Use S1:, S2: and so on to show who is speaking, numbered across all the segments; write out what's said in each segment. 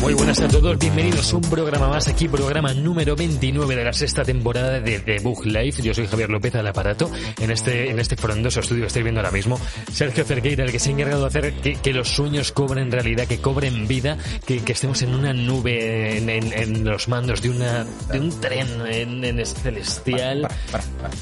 S1: Muy buenas a todos, bienvenidos a un programa más aquí, programa número 29 de la sexta temporada de The Book Life. Yo soy Javier López al aparato. En este, en este frondoso estudio que estoy viendo ahora mismo, Sergio Cerqueira, el que se ha encargado de hacer que, que los sueños cobren realidad, que cobren vida, que, que estemos en una nube, en, en- en los mandos de una de un tren en, en es- celestial.
S2: Para, para, para.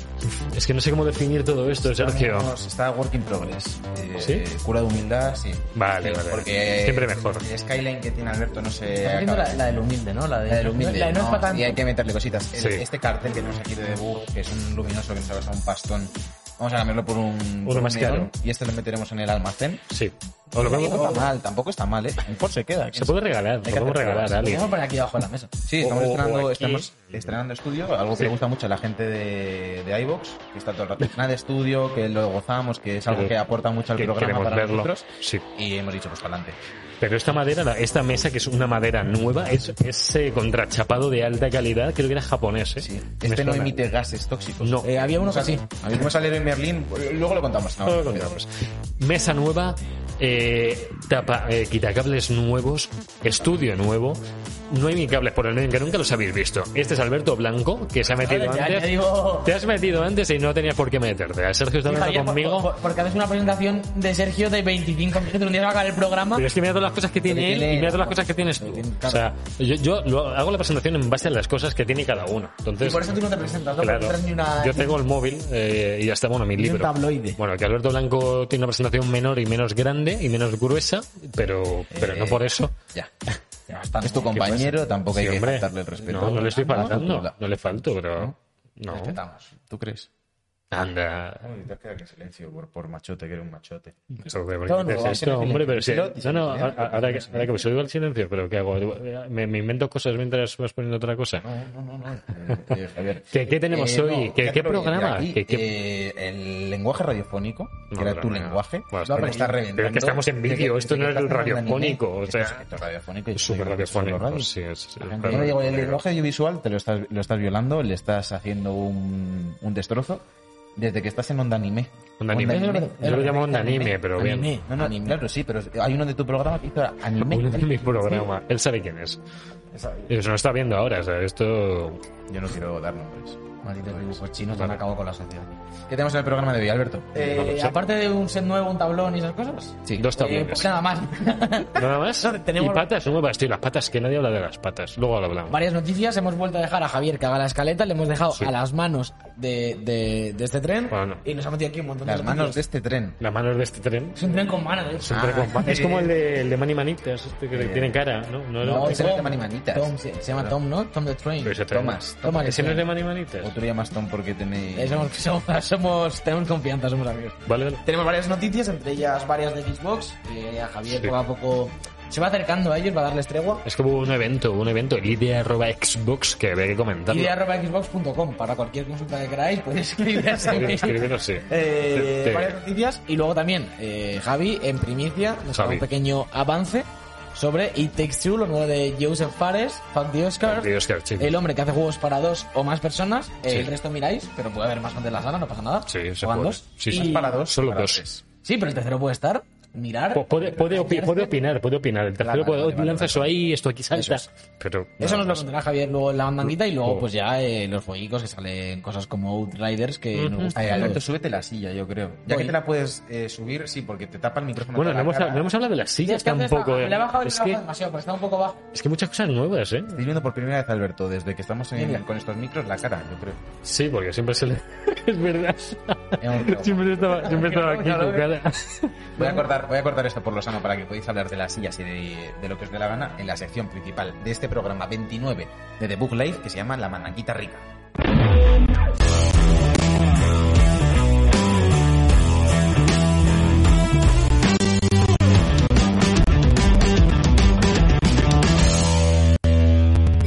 S1: Es que no sé cómo definir todo
S2: Pues
S1: esto, Sergio.
S2: Estamos- está work in progress. Eh,
S1: ¿Sí?
S2: Cura de humildad, sí.
S1: Vale,
S2: Sí,
S1: vale.
S2: Porque
S1: Siempre mejor.
S2: El skyline que tiene Alberto no se.
S3: Estamos viendo
S2: acaba.
S3: la, la del humilde, ¿no? La, de,
S2: La del humilde.
S3: La de no es
S2: ¿no?
S3: para tanto.
S2: Y hay que meterle cositas. El-
S1: Sí.
S2: Este cartel que tenemos aquí de debug, que es un luminoso que nos ha costado un pastón. Vamos a cambiarlo por un. por un
S1: más
S2: neón,
S1: caro.
S2: Y este lo meteremos en el almacén.
S1: Sí. O lo
S2: Tampoco
S1: podemos-
S2: está mal, tampoco está mal, ¿eh? Un por se queda.
S1: se puede regalar, lo
S2: que
S1: podemos
S2: hacer
S1: regalar a
S3: Lo
S1: alguien.
S3: podemos poner aquí abajo de la mesa.
S2: Sí, estamos,
S1: O- o
S2: estrenando,
S1: aquí.
S2: estamos estrenando estudio, algo que
S1: Sí.
S2: le gusta mucho a la gente de, de iVox, que está todo el rato estrenando estudio, que lo gozamos, que es algo
S1: Sí.
S2: que aporta mucho al
S1: Que
S2: programa
S1: queremos
S2: para
S1: verlo.
S2: nosotros.
S1: Sí.
S2: Y hemos dicho, pues para adelante.
S1: Pero esta madera, la- esta mesa que es una madera nueva, es, es eh, contrachapado de alta calidad, creo que era japonés, ¿eh? Me
S2: Este no
S1: suena.
S2: emite gases tóxicos.
S1: No.
S3: Eh, había unos así.
S2: A mí me salieron en Berlín, pues, luego lo contamos. no,
S1: No lo contamos. Mesa nueva, eh, tapa, eh, quitacables nuevos, estudio nuevo. No hay ni cables por el medio, que nunca los habéis visto. Este es Alberto Blanco, que se ha metido
S3: Ahora ya-
S1: antes.
S3: ya digo-
S1: Te has metido antes y no tenías por qué meterte. El Sergio está hablando
S3: Javier, por-
S1: conmigo.
S3: por- porque haces una presentación de Sergio de 25 minutos. Un día se va a acabar el programa.
S1: Pero es que mira todas las cosas que tiene
S2: Porque
S1: él
S2: tiene-
S1: y mira todas las cosas que tienes tú.
S2: tiene
S1: O sea, yo, yo lo- hago la presentación en base a las cosas que tiene cada uno. Entonces,
S3: Y por eso tú no te presentas, ¿no?
S1: Claro.
S3: Porque traes ni una-
S1: Yo tengo el móvil eh, y ya está, bueno, mi libro.
S3: un tabloide.
S1: Bueno, que Alberto Blanco tiene una presentación menor y menos grande y menos gruesa, pero, pero
S2: Eh,
S1: no por eso.
S2: Ya. Es tu compañero, tampoco hay
S1: Sí,
S2: que
S1: hombre.
S2: faltarle el respeto.
S1: No, no le estoy
S2: Vamos,
S1: faltando.
S2: la-
S1: No le falto, pero. No.
S2: Respetamos. ¿Tú crees?
S1: Anda.
S2: Uy, te has quedado en silencio por, por machote, que eres un machote.
S1: Eso de-
S3: No, no,
S1: es
S3: va a
S1: esto,
S3: ser
S1: hombre, pero sí.
S2: silencio.
S1: No,
S3: ¿eh?
S1: no, ahora ahora que, ahora que me subo al silencio, pero ¿qué hago? ¿Me, me invento cosas mientras vas poniendo otra cosa?
S2: No, no, no, no. Eh, eh, Javier.
S1: ¿Qué- qué tenemos hoy? ¿Qué-
S2: ya
S1: qué
S2: te lo voy a decir
S1: programa?
S2: aquí.
S1: ¿Qué-
S2: Eh, el lenguaje radiofónico, que
S1: No,
S2: era
S1: no,
S2: tu
S1: no.
S2: lenguaje,
S1: Bueno,
S2: lo
S1: estamos-
S2: está reventando.
S1: pero es que estamos en vídeo,
S2: Que- que-
S1: esto
S2: que
S1: no es
S2: está
S1: el
S2: haciendo un anime.
S1: radiofónico, o
S2: Esto
S1: sea,
S2: es esto es radiofónico. y yo
S1: Súper
S2: digo que es solo
S1: radiofónico,
S2: radio.
S1: sí, es-
S2: La
S1: es
S2: gente-
S1: raro.
S2: yo digo, el lenguaje audiovisual te lo estás, lo estás violando, le estás haciendo un, un destrozo desde que estás en Onda Anime.
S1: Onda anime. Yo lo llamo onda anime, pero bien.
S3: Anime.
S2: No, no, claro, sí, pero hay uno de tu programa que hizo anime.
S1: Uno de mi programa. Él sabe quién es. Eso no está viendo ahora, o sea, esto.
S2: Yo no quiero dar nombres.
S3: Malditos
S2: pues
S3: dibujos chinos que
S1: Vale.
S3: han acabado con la sociedad.
S2: ¿Qué tenemos en el programa de hoy, Alberto?
S3: Eh,
S1: No lo sé.
S3: aparte de un set nuevo, un tablón y esas cosas.
S2: Sí.
S1: Dos
S3: Eh,
S1: tablones.
S3: pues nada más.
S1: Nada más.
S3: No, tenemos-
S1: Y patas nuevas, tío. Las patas, que nadie habla de las patas. Luego lo hablamos.
S3: Varias noticias. Hemos vuelto a dejar a Javier que haga la escaleta. Le hemos dejado
S1: Sí.
S3: a las manos de, de, de este tren.
S1: Bueno.
S3: Y nos ha metido aquí un montón de
S2: Las manos de
S3: noticias.
S2: este tren.
S1: Las manos de este tren.
S3: Es un tren con manos. ¿eh?
S1: son tres
S2: Ah.
S1: compa- es como el de, el de Mani Manitas, este que
S2: Eh.
S1: tiene cara, ¿no? No,
S2: No,
S1: no.
S2: ese es el de Mani Manitas.
S3: Tom, se, se llama Tom, ¿no? Tom the Train.
S1: Pero ese tren-
S2: Tomás.
S3: Toma,
S1: ¿Ese
S3: que
S1: no es
S3: sea.
S1: de Mani Manitas?
S2: O tú le llamas Tom porque tenéis...
S3: Eh, somos, somos, somos- tenemos confianza, somos amigos.
S1: Vale, vale.
S3: Tenemos varias noticias, entre ellas varias de Xbox, que a Javier
S1: Sí.
S3: poco a poco se va acercando a ellos, va a darles tregua.
S1: Es que hubo un evento, hubo un evento, el idea arroba Xbox, que había que comentarlo.
S3: Idea.xbox.com para cualquier consulta que queráis, podéis escribirse.
S1: Escribirlo, sí.
S3: Eh,
S1: Sí.
S3: varias noticias y luego también eh, Javi en primicia nos da
S1: Javi.
S3: un pequeño avance sobre It Takes Two, lo nuevo de Joseph Fares, Fuck the Oscar,
S1: Dios, que chico.
S3: el hombre que hace juegos para dos o más personas, eh,
S1: Sí.
S3: el resto miráis, pero puede haber más gente en la sala, no pasa nada.
S1: Sí, se
S3: Juegan
S1: puede.
S3: dos.
S1: Sí,
S3: Y-
S1: sí.
S2: Para dos.
S1: Solo
S2: para
S1: dos.
S2: tres.
S3: Sí, pero el tercero puede estar, mirar.
S1: Po- Puede, puede, opi- puede opinar, puede opinar. El tercero
S2: Vale,
S1: puede
S2: vale, vale,
S1: lanza
S2: vale.
S1: eso ahí, esto aquí salta.
S2: Eso
S1: Pero
S3: Eso
S1: no
S3: nos lo contará Javier luego en la mandanguita y luego
S1: Oh.
S3: pues ya eh, los jueguitos que salen cosas como Outriders que nos gustan.
S2: Ay,
S3: a
S2: Alberto,
S3: todos.
S2: súbete la silla, yo creo. Ya
S3: Voy.
S2: que te la puedes eh, subir, sí, porque te tapa el micrófono.
S1: Bueno,
S2: toda
S1: no
S2: la
S1: hemos,
S2: cara.
S1: no hemos hablado de las
S3: Sí,
S1: sillas
S3: es que antes
S1: tampoco.
S3: la-
S1: eh.
S3: Ah, Le he bajado el
S1: es, que,
S3: demasiado, pero está un poco bajo.
S1: es que muchas cosas nuevas, ¿eh?
S2: Estoy viendo por primera vez, Alberto, desde que estamos en-
S3: Mira.
S2: con estos micros, la cara, yo creo.
S1: Sí, porque siempre se le... es verdad.
S3: Eh,
S2: Hemos grabado.
S1: siempre estaba, siempre estaba aquí
S3: Claro,
S1: tu cara.
S2: Voy a, cortar, voy a cortar esto por lo sano para que podáis hablar de las sillas y de, de lo que os dé la gana en la sección principal de este programa 29 de The Book Life que se llama La Mandanguita Rica.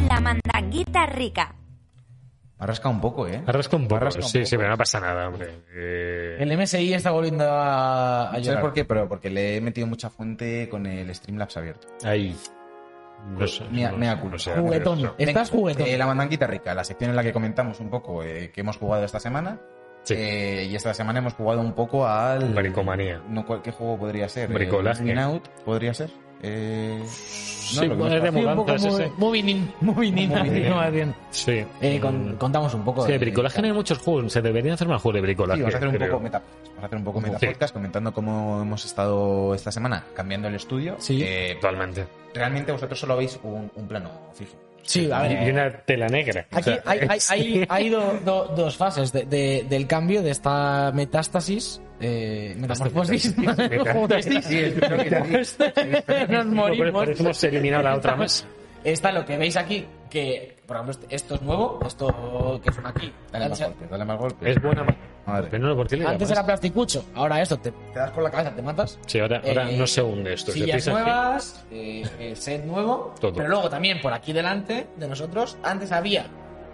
S4: La mandanguita rica.
S2: Ha rascado un poco, ¿eh?
S1: Arrasca un poco.
S2: Arrasca un
S1: sí,
S2: poco.
S1: sí, pero no pasa nada, hombre. Eh,
S3: El MSI está volviendo a, a
S2: ¿Sabes
S3: llorar.
S2: por qué? Pero porque le he metido mucha fuente con el Streamlabs abierto.
S1: ahí. No sé.
S2: Mea-
S1: no
S2: mea
S1: sé,
S2: culpa.
S1: no sé,
S3: Juguetón.
S1: no sé.
S3: Estás
S2: Venga,
S3: juguetón.
S2: eh, la mandanquita rica, la sección en la que comentamos un poco eh, que hemos jugado esta semana.
S1: Sí.
S2: Eh, y esta semana hemos jugado un poco al...
S1: Bricomanía.
S2: No, ¿cuál- ¿Qué juego podría ser? Eh,
S1: Bricolaje.
S2: Moving Out, podría ser. Eh,
S1: Sí,
S2: lo que
S1: bueno,
S2: hemos
S1: es de
S3: Sí, un poco
S1: mudanzas
S3: muy-
S1: ese.
S3: muy nin- muy ninja,
S2: Muy
S3: digo, más bien.
S1: Sí.
S3: Eh, con- contamos un poco.
S1: Sí, de bricolaje no hay muchos juegos. Se deberían hacer más juegos de bricolaje.
S2: Sí, vamos a hacer un
S1: creo.
S2: poco meta, vamos a hacer un poco
S1: Sí.
S2: metapodcast comentando cómo hemos estado esta semana cambiando el estudio.
S3: Sí.
S2: Eh,
S1: Totalmente.
S2: realmente vosotros solo veis un, un plano fijo.
S3: Sí, a ver.
S1: Y
S2: eh,
S1: una tela negra. O
S3: Aquí
S1: sea,
S3: hay, hay, hay, hay do- do- dos fases de- de- del cambio de esta metástasis. Eh, metamorfosis.
S1: Metástasis.
S3: Sí,
S2: espero que
S3: Nos
S1: Por
S3: morimos.
S1: eso hemos eliminado la otra más.
S3: Está lo que veis aquí, que por ejemplo este- esto es nuevo, esto que son aquí.
S2: Dale más
S3: Antes,
S2: golpes, dale más golpes.
S1: Es buena. ma-
S2: Madre.
S1: Pero no, ¿por qué le
S3: antes
S1: llamas?
S3: era plasticucho, ahora esto te, te das con la cabeza, te matas.
S1: Sí, ahora, ahora
S3: Eh,
S1: no se hunde esto. se
S3: Sillas
S1: pisa aquí.
S3: nuevas, eh, eh, set nuevo.
S1: Todo.
S3: Pero luego también por aquí delante de nosotros, antes había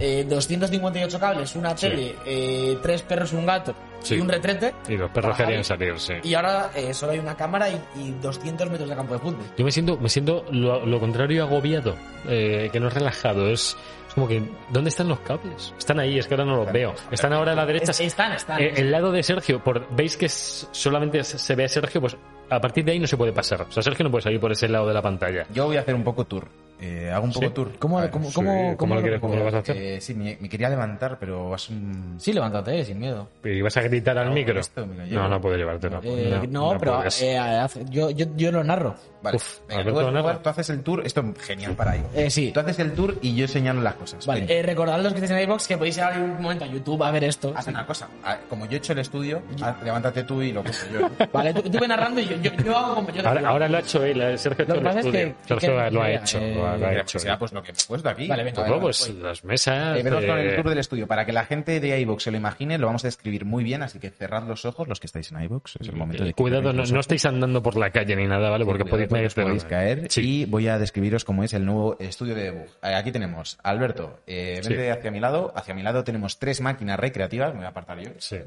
S3: eh, 258 cables, una
S1: Sí.
S3: tele, eh, tres perros, un gato
S1: Sí.
S3: y un retrete.
S1: Y los perros
S3: Para
S1: querían
S3: Javi.
S1: salir, sí.
S3: Y ahora eh, solo hay una cámara y, y 200 metros de campo de fútbol.
S1: Yo me siento, me siento lo, lo contrario agobiado, eh, que no es relajado, es, es como que, ¿dónde están los cables? Están ahí, es que ahora no los veo. Están ahora a la derecha.
S3: Es- están, están.
S1: Eh, el lado de Sergio, por, veis que s- solamente se- se ve a Sergio, pues a partir de ahí no se puede pasar. O sea, Sergio no puede salir por ese lado de la pantalla.
S2: Yo voy a hacer un poco tour. Eh, hago un poco
S1: Ah, ¿Sí?
S2: tour.
S3: ¿Cómo-
S2: A ver,
S3: cómo-
S2: sí,
S3: cómo-
S1: ¿Cómo,
S3: ¿Cómo
S1: lo
S3: lo-
S1: quieres? ¿Cómo lo vas a hacer?
S2: eh, sí, me, me quería levantar, pero vas un...
S3: Sí, levántate, eh, sin miedo.
S1: ¿Y vas a gritar al
S2: con
S1: micro?
S2: esto me lo llevo.
S1: no, no puedo llevártelo.
S3: Eh, no,
S1: no
S3: pero
S1: puedes.
S3: eh, haz- yo, yo, yo lo narro.
S2: Vale,
S1: Uf,
S2: venga,
S1: Alberto
S2: tú, tú-
S1: Navarro.
S2: tú haces el tour. Esto es genial para ahí.
S3: Eh, sí.
S2: Tú haces el tour y yo señalo las cosas.
S3: Vale,
S2: Venga.
S3: eh, recordad los que estáis en iBox que podéis ir ahora un momento a YouTube a ver esto.
S2: Haz una cosa. A- Como yo he hecho el estudio, haz- levántate tú y lo pongo yo.
S3: Vale, tú, tú ve narrando y yo, yo, yo hago como yo. te
S1: Ahora,
S3: digo.
S1: ahora lo ha hecho él, eh, Sergio
S3: Lo
S1: ha hecho
S3: que
S1: el
S3: pasa es
S1: estudio.
S3: que-
S1: Sergio
S3: que-
S1: lo ha
S3: que-
S1: hecho,
S3: eh,
S1: lo ha, lo ha
S2: Mira,
S1: hecho.
S2: pues será pues lo que he puesto aquí.
S3: Vale, venga,
S2: A ver,
S1: Todo,
S3: vale,
S1: pues las mesas.
S2: Eh, empezamos con el
S1: eh,
S2: tour del estudio. Para que la gente de iVoox se lo imagine, lo vamos a describir muy bien, así que cerrad los ojos los que estáis en iVoox. Es el momento de que
S1: eh, Cuidado,
S2: cerréis
S1: no,
S2: los
S1: no
S2: ojos.
S1: estáis andando por la calle ni nada, ¿vale? Porque
S2: Cuidado,
S1: podéis,
S2: os podéis caer.
S1: Sí.
S2: Y voy a describiros cómo es el nuevo estudio de debug. Eh, Aquí tenemos, Alberto, eh, vente
S1: Sí.
S2: hacia mi lado. Hacia mi lado tenemos tres máquinas recreativas, me voy a apartar yo.
S1: Sí.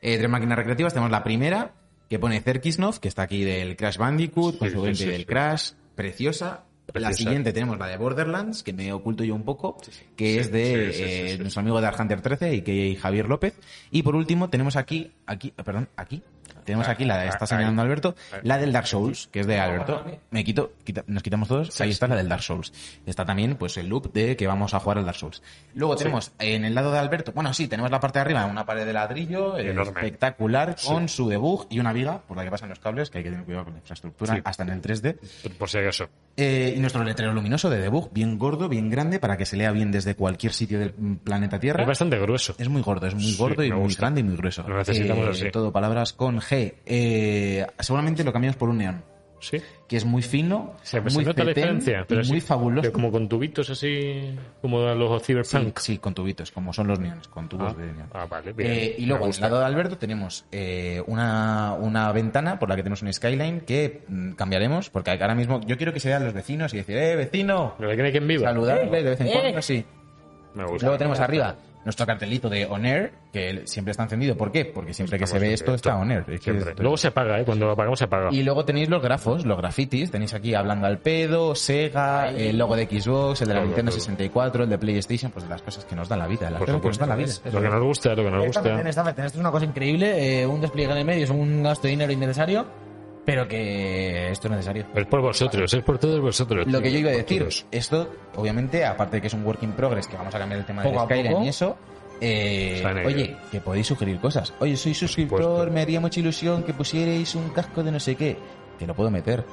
S2: Eh, tres máquinas recreativas. Tenemos la primera, que pone Zerkisnov, que está aquí del Crash Bandicoot, con
S1: Sí,
S2: su
S1: sí,
S2: gente
S1: sí,
S2: del
S1: sí.
S2: Crash. Preciosa. La
S1: Preciosa.
S2: siguiente tenemos la de Borderlands, que me oculto yo un poco, que
S1: Sí,
S2: es de
S1: sí, sí, sí,
S2: eh,
S1: sí.
S2: nuestro amigo de Hunter 13 y que y Javier López. Y por último tenemos aquí, aquí, eh, perdón, aquí, tenemos aquí la está señalando Alberto, la del Dark Souls, que es de Alberto. Me quito, quita- nos quitamos todos, ahí está la del Dark Souls. Está también pues el loop de que vamos a jugar al Dark Souls. Luego tenemos en el lado de Alberto, bueno sí, tenemos la parte de arriba, una pared de ladrillo, eh,
S1: Enorme.
S2: espectacular, con su debug y una viga por la que pasan los cables, que hay que tener cuidado con la infraestructura,
S1: Sí.
S2: hasta en el 3D.
S1: Por si acaso.
S2: Eh, y nuestro letrero luminoso de debug, bien gordo, bien grande, para que se lea bien desde cualquier sitio del mm, planeta Tierra.
S1: Es bastante grueso.
S2: Es muy gordo, es muy
S1: Sí,
S2: gordo y
S1: me
S2: muy
S1: gusta.
S2: grande y muy grueso.
S1: Lo necesitamos
S2: Eh,
S1: así.
S2: Todo palabras con G. Eh, seguramente lo cambiamos por un neón,
S1: Sí.
S2: que es muy fino,
S1: Se,
S2: muy
S1: se nota la
S2: fetén
S1: diferencia.
S2: y
S1: Pero sí,
S2: muy fabuloso.
S1: pero como con tubitos así, como a los
S2: Sí,
S1: cyberpunk.
S2: sí, con tubitos, como son los neones, con tubos
S1: Ah,
S2: de neón.
S1: ah, vale. bien.
S2: Eh, y
S1: Me
S2: luego, al
S1: gusta.
S2: lado de Alberto, tenemos eh, una, una ventana por la que tenemos un skyline que mm, cambiaremos, porque ahora mismo yo quiero que se vean los vecinos y decir, ¡eh, vecino!
S1: ¿Lo de que hay quien viva?
S2: Saludarle de vez en
S3: Eh.
S2: cuando, sí.
S1: Me gusta.
S2: Luego tenemos arriba nuestro cartelito de On Air, que él siempre está encendido. ¿Por qué? Porque siempre que se ve esto está On Air. Es que
S1: Siempre.
S2: es-
S1: Luego se apaga, ¿eh? Cuando apagamos se apaga.
S2: Y luego tenéis los grafos, los grafitis. Tenéis aquí hablando al pedo, Sega, el logo de Xbox, el de la
S1: Todo,
S2: Nintendo
S1: todo.
S2: 64, el de PlayStation, pues de las cosas que nos dan la vida. Las
S1: Por
S2: cosas que nos
S1: supuesto.
S2: dan la vida.
S1: Lo que nos gusta, lo que nos
S3: Esta
S1: gusta.
S3: meten, esta meten. Esto es una cosa increíble, eh, un despliegue de medios, un gasto de dinero innecesario, pero que esto es necesario.
S1: Pero es por vosotros, es por todos vosotros.
S2: Lo que yo iba a
S1: Por
S2: decir,
S1: Pues todos.
S2: esto, obviamente, aparte de que es un work in progress, que vamos a cambiar el tema de
S3: Poco a
S2: Skyrim
S3: poco.
S2: y eso. eh,
S1: Está en ello.
S2: oye, que podéis sugerir cosas. Oye, soy suscriptor,
S1: supuesto.
S2: me haría mucha ilusión que pusierais un casco de no sé qué. Que lo puedo meter.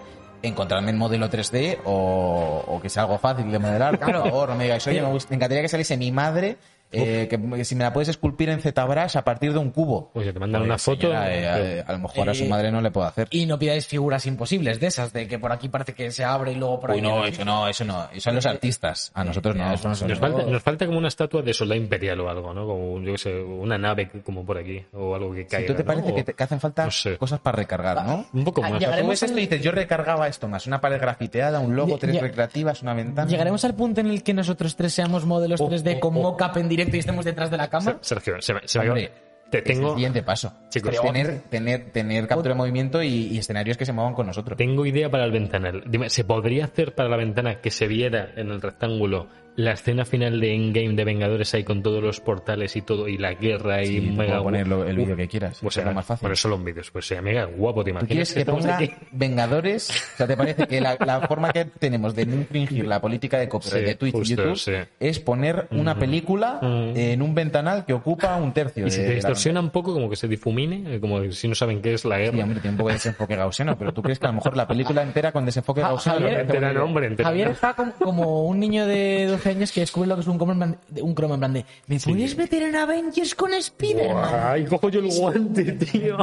S2: Encontrarme en modelo 3D o, o que sea algo fácil de modelar. Por favor, no me digáis, oye, me, gust- me encantaría que saliese mi madre, eh, que, que si me la puedes esculpir en ZBrush a partir de un cubo.
S1: Oye, te mandan
S2: Oye,
S1: Pues, una foto.
S2: señora, eh, a- a, lo mejor a su
S3: Eh,
S2: madre no le puedo hacer.
S3: Y no pidáis figuras imposibles de esas, de que por aquí parece que se abre y luego por
S2: Uy,
S3: aquí.
S2: no, eso no, eso no. Eso a los artistas. A nosotros no.
S3: eso nosotros
S1: Nos falta, nos falta como una estatua de soldado imperial o algo, ¿no? Como, yo qué sé, una nave como por aquí o algo que caiga.
S2: ¿Tú te
S1: ¿no?
S2: parece
S1: O
S2: que, te- que hacen falta
S1: no sé.
S2: cosas para recargar, no?
S1: Un poco
S3: Ah,
S1: más.
S3: llegaremos-
S2: Tú ves esto y dices, yo recargaba esto más. Una pared grafiteada, un logo,
S3: Ya-
S2: tres
S3: ya-
S2: recreativas, una ventana.
S3: Llegaremos al punto en el que nosotros tres seamos modelos
S1: Oh,
S3: 3D con
S1: oh, oh.
S3: mocap en directo y estemos detrás de la cámara.
S1: Sergio, se me, se me
S2: Hombre,
S1: acaba- Te
S2: es el
S1: tengo,
S2: siguiente paso.
S1: Chicos,
S2: Pero tener, tener, tener captura de movimiento y, y escenarios que se muevan con nosotros.
S1: tengo idea para el ventanal. Dime, ¿se podría hacer para la ventana que se viera en el rectángulo la escena final de Endgame de Vengadores ahí con todos los portales y todo, y la guerra y
S2: Sí, te
S1: mega
S2: puedo poner lo- el
S1: Uh,
S2: vídeo que quieras.
S1: O sea,
S2: será más fácil.
S1: Por eso los vídeos. Pues sea mega guapo, te
S2: ¿Tú
S1: imaginas.
S2: quieres que
S1: Estamos
S2: ponga
S1: aquí.
S2: Vengadores? O sea, ¿te parece que la, la forma que tenemos de no infringir la política de copyright
S1: Sí,
S2: de Twitch
S1: justo,
S2: y YouTube
S1: sí.
S2: es poner una película
S1: Mm.
S2: en un ventanal que ocupa un tercio
S1: Y
S2: de
S1: si
S2: de
S1: te
S2: la
S1: distorsiona un poco, como que se difumine, eh, como que si no saben qué es la
S2: pantalla. Sí,
S1: guerra.
S2: hombre, tiene un poco de desenfoque gaussiano, pero tú crees que a lo mejor la película entera con desenfoque
S3: Ja-
S2: gaussiano...
S3: Javier,
S2: lo que-
S1: Ah, entera, no, hombre, entera.
S3: Javier
S1: no.
S3: está como, como un niño de 12 años que descubre lo que es un cromo en plan, de- un cromo en plan de, ¿me puedes meter en Avengers con Spider-Man?
S1: Ay, cojo yo el guante, tío.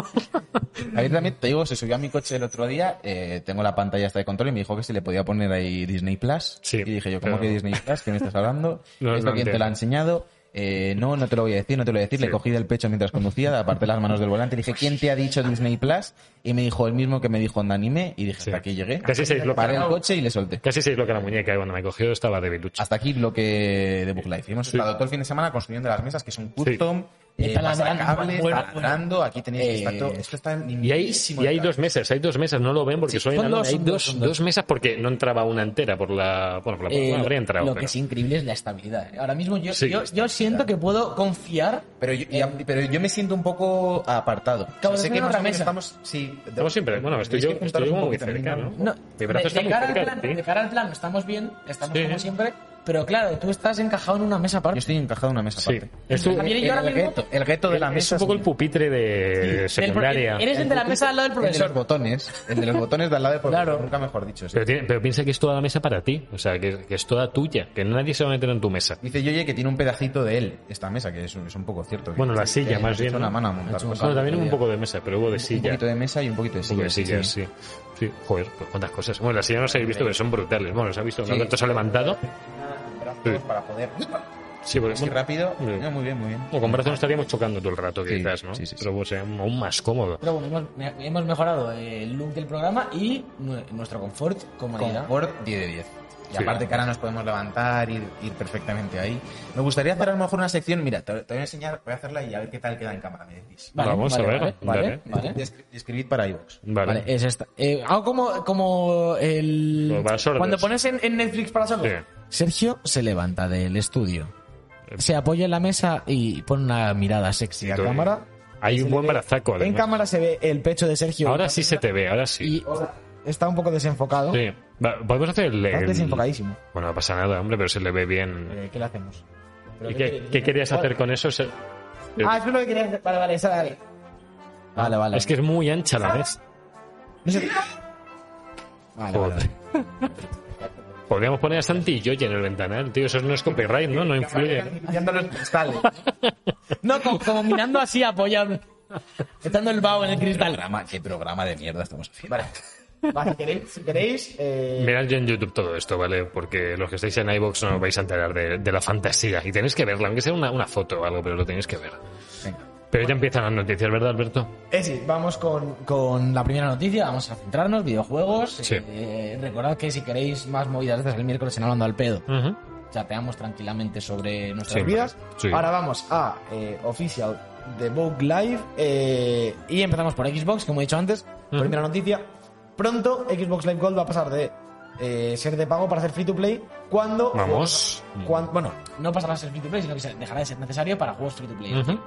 S2: Javier también, te digo, se subió a mi coche el otro día, eh, tengo la pantalla esta de control y me dijo que si le podía poner ahí Disney Plus.
S1: Sí,
S2: y dije yo, ¿cómo
S1: pero-
S2: que Disney Plus? ¿Qué me estás hablando?
S1: No,
S2: ¿Esto
S1: no
S2: quién te
S1: entiendo.
S2: lo ha enseñado? Eh, no, no te lo voy a decir, no te lo voy a decir. Le
S1: Sí. Pues
S2: cogí del pecho mientras conducía, aparté las manos del volante. Le dije, ¿quién te ha dicho Disney Plus? Y me dijo el mismo que me dijo en anime. Y dije,
S1: Sí.
S2: hasta aquí llegué.
S1: Casi se desbloquea.
S2: Paré el coche y le solté.
S1: Casi se disloca la
S3: eh,
S1: muñeca y cuando me cogió estaba debilucho.
S2: Hasta aquí lo que de Book Life. Y Hemos
S1: Sí.
S2: estado todo el fin de semana construyendo las mesas que son custom.
S3: Sí.
S2: Eh,
S3: Está ladrando,
S2: masacables,
S3: bueno,
S2: está
S3: bueno.
S2: ladrando. Aquí tenéis que estar
S3: Eh,
S2: todo- Esto
S1: Y
S2: está
S1: hay,
S2: lindísimo
S1: y
S2: de
S1: hay
S2: trabajo.
S1: dos mesas, hay dos mesas, no lo ven porque
S3: Sí,
S1: soy
S3: son
S1: enano.
S3: dos,
S1: Hay
S3: son dos,
S1: dos,
S3: son
S1: dos
S3: dos.
S1: mesas porque no entraba una entera por la. Bueno, por la
S3: Eh,
S1: bueno, habría entrado.
S3: lo
S1: pero-
S3: que es increíble es la estabilidad. ¿eh? Ahora mismo yo,
S1: Sí,
S3: yo,
S1: la
S3: yo siento que puedo confiar.
S2: Pero yo, y a-
S3: Eh,
S2: pero yo me siento un poco apartado.
S3: Claro,
S2: sé
S3: es
S2: que
S3: una
S2: más o menos
S3: mesa.
S2: estamos. Sí, de-
S1: Estamos siempre. Bueno, estoy
S2: tenéis
S1: yo,
S2: que juntaros
S1: estoy
S2: un
S1: como muy
S2: poquito
S1: cerca,
S2: también,
S1: ¿no?
S3: No,
S1: Mi
S3: de,
S1: brazo está
S3: de
S1: muy
S3: cara al
S1: cerca,
S3: plan,
S1: sí.
S3: de cara al plan estamos bien, estamos
S1: Sí.
S3: como siempre, pero claro, tú estás encajado en una mesa
S2: Yo
S3: aparte.
S2: estoy encajado en una mesa
S1: Sí.
S2: aparte.
S1: Es un-
S3: Javier, y yo ahora
S2: el,
S3: mismo-
S2: gueto, el gueto de la
S1: es
S2: mesa.
S1: un poco el pupitre de
S3: Del pro-
S1: secundaria.
S3: Eres el de la mesa al lado del
S2: El de los
S3: profesor.
S2: botones. El de los botones de al lado del profesor.
S3: Claro.
S2: Nunca mejor dicho. sí.
S1: Pero, tiene- pero piensa que es toda la mesa para ti, o sea, que, que es toda tuya, que nadie se va a meter en tu mesa.
S2: Dice Yoye que tiene un pedacito de él, esta mesa, que es un, es un poco cierto. que-
S1: Bueno, la
S2: que-
S1: silla,
S2: que
S1: más
S2: nos
S1: bien,
S2: echó
S1: ¿no?
S2: una mano a montar cosas
S1: Bueno,
S2: el
S1: también
S2: otro
S1: hubo un
S2: día.
S1: poco de mesa, pero hubo de
S2: Un
S1: silla.
S2: poquito de mesa y un poquito de
S1: Un poco
S2: silla.
S1: de silla, sí. Sí, joder, pues cuántas cosas. Bueno, las sillas no las habéis visto, pero son brutales. Bueno, las habéis visto,
S2: Sí.
S1: ¿cuánto se ha levantado?
S2: Brazos
S1: Sí.
S2: para poder.
S1: Sí, porque
S2: Así rápido. No, muy bien, muy bien.
S1: O con brazos no estaríamos chocando todo el rato,
S2: Sí,
S1: quizás, ¿no?
S2: sí, sí, sí.
S1: Pero pues, sea aún más cómodo.
S3: Pero bueno, hemos, me- hemos mejorado el look del programa y nue- nuestro confort, comodidad.
S2: Confort 10 de 10. Y
S1: Sí.
S2: aparte que ahora nos podemos levantar, ir, ir perfectamente ahí. Me gustaría hacer a lo mejor una sección, mira, te, te voy a enseñar, voy a hacerla y a ver qué tal queda en cámara, me decís.
S3: Vale,
S1: Vamos a
S3: vale,
S1: ver,
S3: Vale,
S1: dale.
S3: vale. vale.
S2: Descri- Describid para iVoox.
S1: Vale.
S3: Vale, es esta. Eh, hago como, como el.
S1: Como para sordos.
S3: Cuando pones en, en Netflix para sordos.
S1: Sí.
S3: Sergio se levanta del estudio.
S1: Eh.
S3: Se apoya en la mesa y pone una mirada sexy a
S1: Entonces,
S3: cámara.
S1: Hay un buen brazaco,
S3: En
S1: además.
S3: cámara se ve el pecho de Sergio.
S1: pues. Ahora sí se te ve, ahora sí.
S3: Y está un poco desenfocado.
S1: Sí. Va, Podemos hacer el...
S3: Está
S1: el-
S3: desenfocadísimo.
S1: Bueno, no pasa nada, hombre, pero se le ve bien.
S3: Eh, ¿Qué le hacemos?
S1: mm. ¿Y qué, qué querías hacer con eso? Se- eh,
S3: Ah, eso es lo que querías hacer. Vale, vale, esa dale. Vale, vale.
S1: Es que es muy ancha la mesa.
S3: Vale, vale.
S1: Joder. Podríamos poner a Santi y Yoye en el ventanal, tío. Eso no es copyright, ¿no? No influye.
S3: No, como, como mirando así, apoyando. Echando el vaho en el cristal.
S2: Programa, qué programa de mierda estamos haciendo.
S3: Vale. Vale, queréis- si queréis. eh,
S1: Mirad ya en YouTube todo esto, ¿vale? Porque los que estáis en iBox no os vais a enterar de, de la fantasía. Y tenéis que verla, aunque sea una, una foto o algo, pero lo tenéis que ver.
S2: Venga.
S1: Pero ya empiezan las noticias, ¿verdad, Alberto?
S3: Eh, sí, vamos con, con la primera noticia, vamos a centrarnos, videojuegos.
S1: Sí.
S3: Eh, recordad que si queréis más movidas de estas el miércoles en Hablando al Pedo,
S1: Ujú.
S3: chateamos tranquilamente sobre nuestras
S1: Sí,
S3: vidas.
S1: sí.
S3: Ahora vamos a eh, Official de Vogue Live eh, y empezamos por Xbox, como he dicho antes,
S1: Ujú.
S3: primera noticia. Pronto Xbox Live Gold va a pasar de eh, ser de pago para ser free to play cuando...
S1: Vamos.
S3: cuan- bueno, no pasará a ser free to play, sino que se- dejará de ser necesario para juegos free to play
S1: Ujú.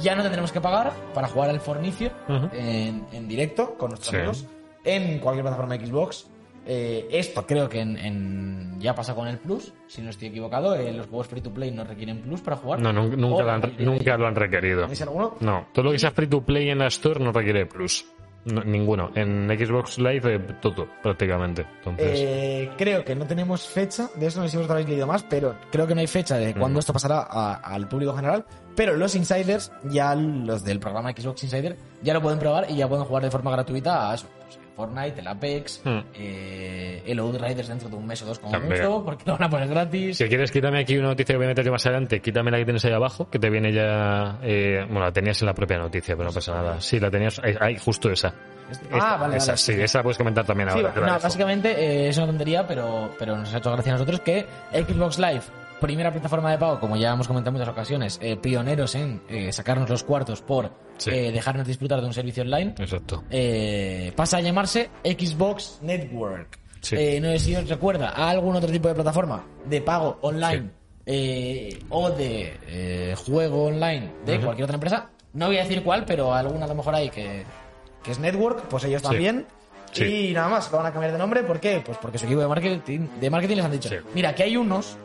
S3: ya no tendremos que pagar para jugar al Fornicio
S1: Ujú.
S3: en, en directo con nuestros
S1: Sí.
S3: amigos en cualquier plataforma de Xbox. Eh, esto creo que en, en- ya pasa con el Plus, si no estoy equivocado. eh, los juegos free to play no requieren Plus para jugar.
S1: No, nun- nunca,
S3: O-
S1: lo han, nunca lo han requerido.
S3: Oh. ¿Tenéis alguno?
S1: No, todo lo que sea free to play en la Store no requiere plus. No, ninguno. En Xbox Live, eh, todo, prácticamente. Entonces,
S3: Eh, creo que no tenemos fecha, de eso no sé si vosotros habéis leído más, pero creo que no hay fecha de cuándo
S1: Mm.
S3: esto pasará a- al público general. Pero los insiders, ya los del programa Xbox Insider, ya lo pueden probar y ya pueden jugar de forma gratuita a eso, pues, el Fortnite, el Apex,
S1: Mm.
S3: eh, el Outriders dentro de un mes o dos como
S1: También.
S3: mucho, porque lo van a poner gratis.
S1: si quieres, quítame aquí una noticia que voy a meter yo más adelante. Quítame la que tienes ahí abajo, que te viene ya. eh, bueno, la tenías en la propia noticia, pero no pasa nada. Sí, la tenías. Ahí, ahí, justo esa.
S3: Ah,
S1: Esa-
S3: vale,
S1: Esa,
S3: vale.
S1: sí, esa la puedes comentar también
S3: Sí,
S1: ahora. te la
S3: no,
S1: dejo.
S3: básicamente eh, es una tontería, pero, pero nos ha hecho gracia a nosotros que Xbox Live primera plataforma de pago, como ya hemos comentado en muchas ocasiones, eh, pioneros en eh, sacarnos los cuartos por
S1: Sí.
S3: eh, dejarnos disfrutar de un servicio online,
S1: Exacto.
S3: eh, pasa a llamarse Xbox Network.
S1: Sí.
S3: Eh, no sé si os recuerda a algún otro tipo de plataforma de pago online
S1: Sí.
S3: eh, o de eh, juego online de cualquier otra empresa. No voy a decir cuál, pero alguna a lo mejor hay que, que es Network, pues ellos también.
S1: Sí.
S3: Y nada más, lo van a cambiar de nombre. ¿Por qué? Pues porque su equipo de marketing, de marketing les han dicho,
S1: Sí.
S3: mira, que hay unos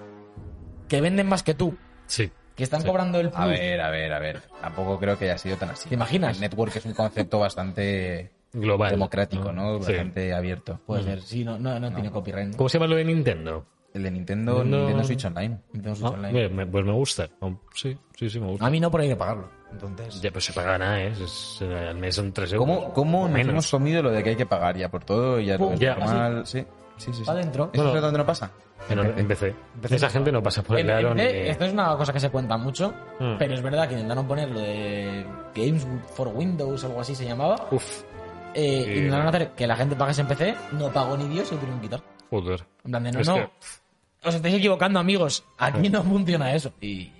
S3: que venden más que tú,
S1: Sí.
S3: que están cobrando el
S2: A
S3: plus.
S2: ver, a ver, a ver. Tampoco creo que haya sido tan así.
S3: ¿Te imaginas?
S2: El network es un concepto bastante
S1: Global.
S2: democrático, ¿no?
S1: Sí.
S2: Bastante abierto.
S3: Puede ser, sí, no, no, no tiene copyright. ¿no?
S1: ¿Cómo se llama lo de Nintendo?
S2: El de Nintendo,
S1: Nintendo-
S2: Nintendo Switch Online.
S3: Nintendo Switch
S1: Ah,
S3: Online.
S1: eh, me- pues me gusta. Oh, Sí, sí, sí, me gusta.
S3: A mí no por ahí que pagarlo. Entonces,
S1: Ya, pues se paga nada, ¿eh? Es- es- al mes son 3 euros.
S2: ¿Cómo, cómo
S1: O
S2: nos hemos
S1: menos.
S2: comido lo de que hay que pagar ya por todo y ya
S3: Pum,
S2: todo es
S1: ya.
S2: normal? Sí, sí, sí. sí.
S3: Pa' dentro.
S2: ¿Eso
S1: No, no.
S2: es donde no pasa?
S1: Pero no, empecé. Esa gente no pasa por
S3: en-
S1: el
S3: en
S1: aro Pues ni...
S3: vez- esto es una cosa que se cuenta mucho,
S1: Mm.
S3: pero es verdad que intentaron poner lo de Games for Windows o algo así se llamaba.
S1: Uf,
S3: eh,
S1: sí.
S3: intentaron hacer que la gente pagase en PC, no pagó ni Dios y lo tuvieron que quitar.
S1: joder.
S3: En plan de, no,
S1: Es
S3: no,
S1: que- Hmm.
S3: os estáis equivocando, amigos. Aquí no funciona eso. Y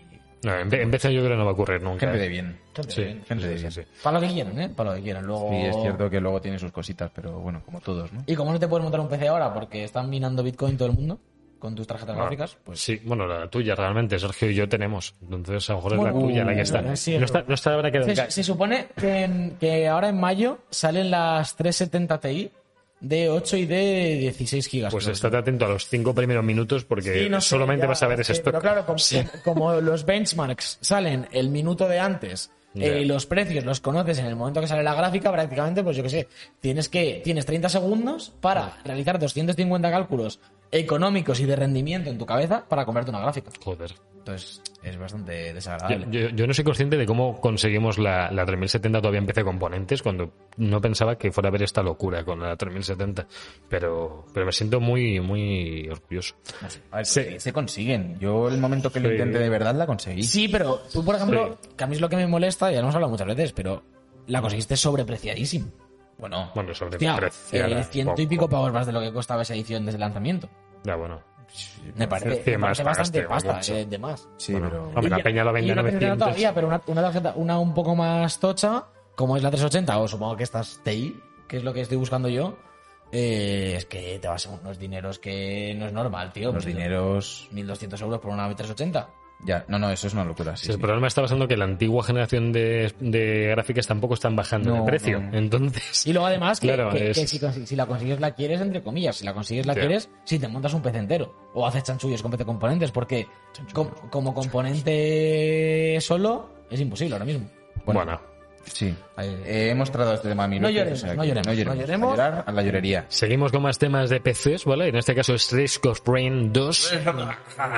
S1: No, en, vez- en vez yo creo que no va a ocurrir nunca.
S2: Gente
S1: ¿eh?
S2: de bien.
S1: Sí,
S2: gente de
S1: sí,
S2: bien.
S1: sí, sí.
S3: para lo que quieran, ¿eh? Para lo que quieran. Luego...
S2: Sí, es cierto que luego tiene sus cositas, pero bueno, como todos, ¿no?
S3: Y como no te puedes montar un PC ahora porque están minando Bitcoin todo el mundo con tus
S1: Ah.
S3: tarjetas gráficas, pues...
S1: Sí, bueno, la tuya realmente, Sergio y yo tenemos. Entonces, a lo mejor es la
S3: Bueno,
S1: tuya la que está.
S3: es cierto.
S1: No está, no está ahora que...
S3: Se, se supone que, en- que ahora en mayo salen las 370 Ti de 8 y de 16 gigas.
S1: Pues
S3: creo.
S1: estate atento a los cinco primeros minutos porque
S3: Sí, no sé,
S1: solamente
S3: ya,
S1: vas a ver ese
S3: sí,
S1: stock.
S3: Pero claro, como,
S1: Sí.
S3: como los benchmarks salen el minuto de antes
S1: Ya.
S3: eh, y los precios los conoces en el momento que sale la gráfica, prácticamente, pues yo qué sé, tienes que tienes 30 segundos para realizar 250 cálculos económicos y de rendimiento en tu cabeza para comprarte una gráfica.
S1: Joder.
S3: Entonces, es bastante
S1: Yo,
S3: desagradable.
S1: yo- yo no soy consciente de cómo conseguimos la, la 3070 todavía en PC componentes cuando no pensaba que fuera a haber esta locura con la 3070. Pero, pero me siento muy, muy orgulloso.
S2: A ver,
S1: Sí.
S2: se, se consiguen. Yo el momento que lo
S1: Sí.
S2: intenté de verdad la conseguí.
S3: Sí, pero tú, por ejemplo, que a mí es lo que me molesta, ya lo hemos hablado muchas veces, pero la conseguiste sobrepreciadísima.
S2: Bueno,
S1: Bueno, eso de
S3: Hostia,
S1: preciar
S3: eh,
S1: a
S3: ciento y
S1: poco.
S3: pico pavos más de lo que costaba esa edición desde el lanzamiento.
S1: Ya, bueno.
S3: Me parece,
S1: Sí,
S3: me parece
S1: más pagaste,
S3: bastante pasta,
S1: mucho.
S3: eh, de más.
S2: sí,
S1: Bueno,
S2: pero...
S1: hombre, la
S3: Y-
S1: peña lo
S3: y
S1: vende a
S3: una tercera
S1: 900.
S3: todavía, pero una, una tarjeta, una un poco más tocha, como es la 380, o supongo que estas TI, que es lo que estoy buscando yo, eh, es que te vas a unos dineros que no es normal, tío.
S2: Los
S3: Pues Mil-
S2: dineros...
S3: 1.200 euros por una 380.
S2: Ya, no, no, eso es una locura. Sí,
S1: Sí, el
S2: sí.
S1: problema está pasando que la antigua generación de, de gráficas tampoco están bajando
S2: No,
S1: de precio.
S2: no.
S1: Entonces,
S3: Y luego además que,
S1: Claro,
S3: que-
S1: es-
S3: que si, consi- si la consigues la quieres, entre comillas, si la consigues la
S1: Ya.
S3: quieres, si te montas un PC entero o haces chanchullos con PC componentes, porque com- como componente solo es imposible ahora mismo.
S1: bueno,
S2: Sí.
S3: Ahí-
S2: Eh, he mostrado este tema a mí.
S3: No
S2: lo que-
S3: lloremos,
S2: que-
S3: no lloremos,
S2: No lloremos.
S3: no lloremos.
S2: A llorar a la llorería.
S1: seguimos con más temas de PCs, ¿vale? En este caso es Risk of Rain 2.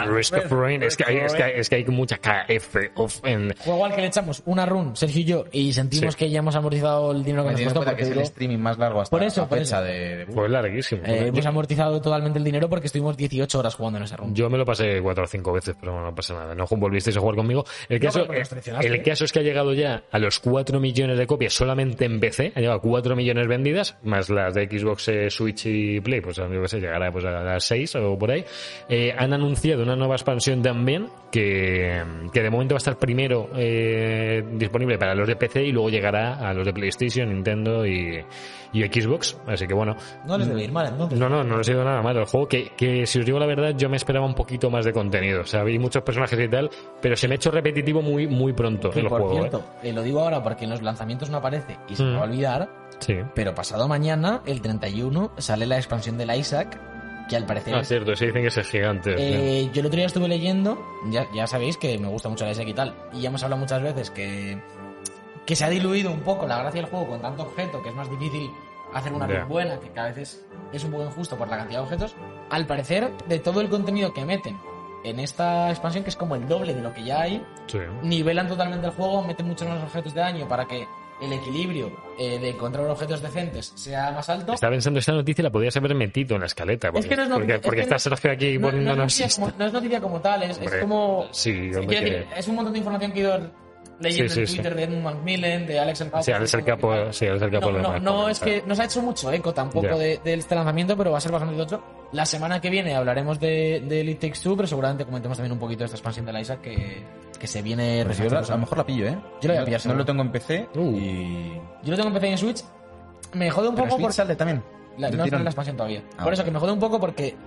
S1: Risk of Rain, es que hay, es que hay- es que hay mucha KF off en...
S3: Juego al que le echamos una run, Sergio y yo, y sentimos
S1: Sí.
S3: que ya hemos amortizado el dinero que
S2: Me
S3: nos
S2: tienes
S3: costó.
S2: cuenta que
S3: pues Porque
S2: es el
S3: digo,
S2: streaming más largo hasta
S3: Por eso,
S2: la
S3: por
S2: fecha
S3: eso.
S2: de... de-
S1: Pues larguísimo.
S3: eh, hemos
S1: yo,
S3: amortizado totalmente el dinero porque estuvimos 18 horas jugando en esa run.
S1: yo me lo pasé cuatro o cinco veces, pero bueno, no pasa nada. No volvisteis a jugar conmigo. El
S3: No,
S1: caso,
S3: pero nos traicionaste,
S1: el
S3: ¿eh?
S1: caso es que ha llegado ya a los 4 millones de copias solamente en PC. Ha llegado a 4 millones vendidas, más las de Xbox, eh, Switch y Play. Pues yo qué sé, llegará pues, a las 6 o por ahí. Eh, han anunciado una nueva expansión también que, que de momento va a estar primero eh, disponible para los de PC y luego llegará a los de PlayStation, Nintendo y, y Xbox. Así que bueno,
S3: No les debe ir mal, entonces.
S1: no, no, no les ha ido nada mal el juego. Que, que si os digo la verdad, yo me esperaba un poquito más de contenido. O sea, vi muchos personajes y tal, pero se me ha hecho repetitivo muy, muy pronto
S3: Que,
S1: el
S3: por
S1: juego.
S3: cierto, eh, lo digo ahora porque en los lanzamientos no aparece y se me
S1: Mm.
S3: va a olvidar,
S1: ¿eh? Sí.
S3: Pero pasado mañana, el 31, sale la expansión del Isaac, que al parecer...
S1: Ah,
S3: es-
S1: cierto, se dicen que es el gigante.
S3: Eh, yo el otro día estuve leyendo, ya, ya sabéis que me gusta mucho el Isaac y tal, y ya hemos hablado muchas veces que, que se ha diluido un poco la gracia del juego con tanto objeto que es más difícil hacer una
S1: Ya.
S3: run buena, que cada vez es, es un poco injusto por la cantidad de objetos. Al parecer, de todo el contenido que meten en esta expansión, que es como el doble de lo que ya hay,
S1: Sí.
S3: nivelan totalmente el juego, meten muchos más objetos de daño para que el equilibrio eh, de encontrar objetos decentes sea más alto.
S1: Estaba pensando, esta noticia la podrías haber metido en la escaleta. Porque,
S3: Es que no es
S1: porque,
S3: noticia, es
S1: porque
S3: que no-
S1: está Sergio aquí
S3: No, no es
S1: poniéndonos
S3: noticia
S1: esto.
S3: como, no es noticia como tal, es, es
S1: Hombre,
S3: como...
S1: Sí,
S3: Quiero
S1: hombre,
S3: decir,
S1: que-
S3: es un montón de información que he ido Leyendo
S1: Sí,
S3: en
S1: sí, sí.
S3: Twitter de Edmund Macmillan, de Alex el Capo.
S1: Sí, Alex el Capo, sí, Alex el Capo
S3: No,
S1: lo
S3: no,
S1: marcó,
S3: no, es
S1: claro.
S3: que nos ha hecho mucho eco tampoco
S1: Ya.
S3: de, de este lanzamiento, pero va a ser bastante tocho. La semana que viene hablaremos de, de Elite Takes Two, pero seguramente comentemos también un poquito de esta expansión de la ISA que, que se viene
S2: Pues yo la-
S3: resaltando.
S2: a lo mejor la pillo, ¿eh?
S3: Yo la voy a pillar,
S2: No
S3: seguro.
S2: lo tengo en PC
S1: Uh.
S2: y...
S3: Yo lo tengo en PC y en Switch. Me jode un
S2: Pero
S3: poco
S2: Switch
S3: por...
S2: sale también.
S3: La,
S2: del
S3: no
S2: tirón.
S3: la expansión todavía.
S2: Ah,
S3: Por eso
S2: vale.
S3: que me jode un poco porque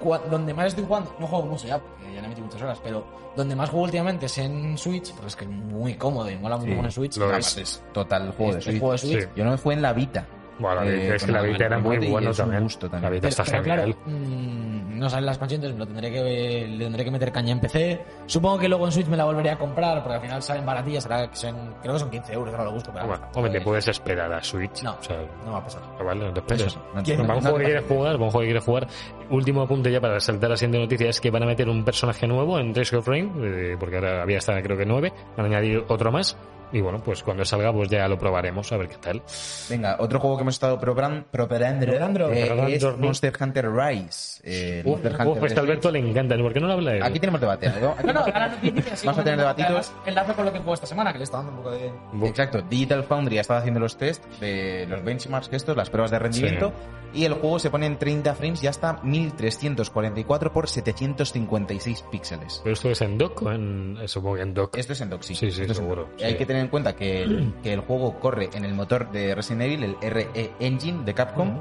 S3: cua- donde más estoy jugando, no juego mucho ya, porque ya le metí muchas horas, pero donde más juego últimamente es en Switch, porque es que es muy cómodo y mola mucho
S1: Sí,
S3: en Switch.
S1: lo
S3: Nada
S1: es.
S3: más
S2: Total, el juego de
S3: Este
S2: Switch.
S3: juego de Switch.
S1: Sí.
S2: Yo no me jugué en la Vita.
S1: Bueno, la
S2: Eh,
S1: Vita es que
S2: con
S1: la
S2: el
S1: Vita era muy
S2: rebote y
S1: bueno
S2: es un
S1: también.
S2: gusto también.
S1: La Vita está
S3: Pero
S1: genial.
S3: claro, mm, no sale la expansión, entonces me lo tendré que, le tendré que meter caña en PC. Supongo que luego en Switch me la volveré a comprar, porque al final salen baratillas, será que son- creo que son 15 euros, ahora lo busco. Pero
S1: Bueno, hombre, pues- te puedes esperar a Switch.
S3: eh, No.
S1: O sea,
S3: No va a pasar.
S1: no Pues vale, no te esperes.
S2: No
S1: Para
S2: te-
S1: un
S2: no
S1: juego
S2: te
S1: que quieres
S2: pases.
S1: jugar, para un juego que quieres jugar. Último apunte ya para saltar a la siguiente noticia es que van a meter un personaje nuevo en Trace of Rain, eh, porque ahora había hasta creo que nueve, van a añadir otro más. Y bueno, pues cuando salga, pues ya lo probaremos, a ver qué tal.
S2: Venga, otro juego que hemos estado probran- properando
S3: Probando.
S2: eh,
S1: Probando.
S2: es Monster Hunter Rise. eh,
S1: Uf,
S2: el Monster
S1: uf,
S2: Hunter
S1: este
S2: de
S1: Alberto le encanta, ¿por qué no lo habla él?
S2: Switch. Aquí tenemos debate. ¿no? Aquí
S3: No, no,
S2: vamos a-
S3: ahora no tiene así
S2: Vamos a tener
S3: comentando, porque
S2: debatitos.
S3: además Enlazo con lo que juego esta semana, que le está dando un poco de...
S1: Bu-
S2: Exacto, Digital Foundry ha estado haciendo los test de los benchmarks estos, las pruebas de rendimiento, y el juego se pone en 30 frames y hasta 1344 por 756 píxeles.
S1: Pero esto es en dock, o en, eh, supongo que en dock.
S2: Esto es en Doxy.
S1: Sí, sí,
S2: esto es en
S1: seguro,
S2: dock.
S1: sí.
S2: Hay que tener en cuenta que, que el juego corre en el motor de Resident Evil, el RE Engine de Capcom,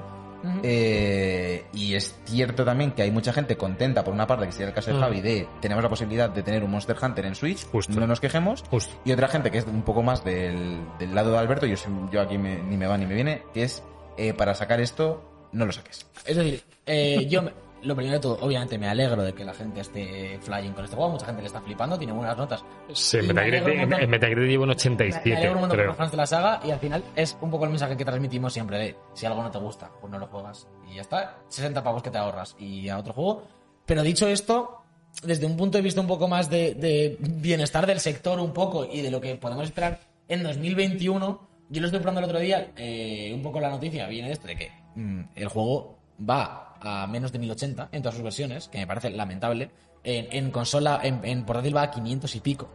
S2: Eh, y es cierto también que hay mucha gente contenta, por una parte, que sería el caso de
S1: Mm.
S2: Javi, de tenemos la posibilidad de tener un Monster Hunter en Switch,
S1: Justo.
S2: no nos quejemos.
S1: Justo.
S2: Y otra gente que es un poco más del, del lado de Alberto, yo, soy- yo aquí me- ni me va ni me viene, que es eh, para sacar esto, no lo saques.
S3: Es decir, eh, yo me- lo primero de todo, obviamente me alegro de que la gente esté flying con este juego, mucha gente le está flipando, tiene buenas notas.
S1: Sí, en
S3: Y me alegro
S1: Metacritic,
S3: un montón-
S1: en Metacritic llevo un
S3: Me
S1: 87,
S3: alegro un montón de
S1: creo.
S3: los fans de la saga y al final es un poco el mensaje que transmitimos siempre de si algo no te gusta, pues no lo juegas y ya está, 60 pavos que te ahorras y a otro juego. Pero dicho esto, desde un punto de vista un poco más de, de bienestar del sector un poco y de lo que podemos esperar en 2021, yo lo estoy probando el otro día, eh, un poco la noticia viene de esto, de que mm, el juego va a menos de 1080 en todas sus versiones, que me parece lamentable. En, en consola, en, en portátil va a 500 y pico.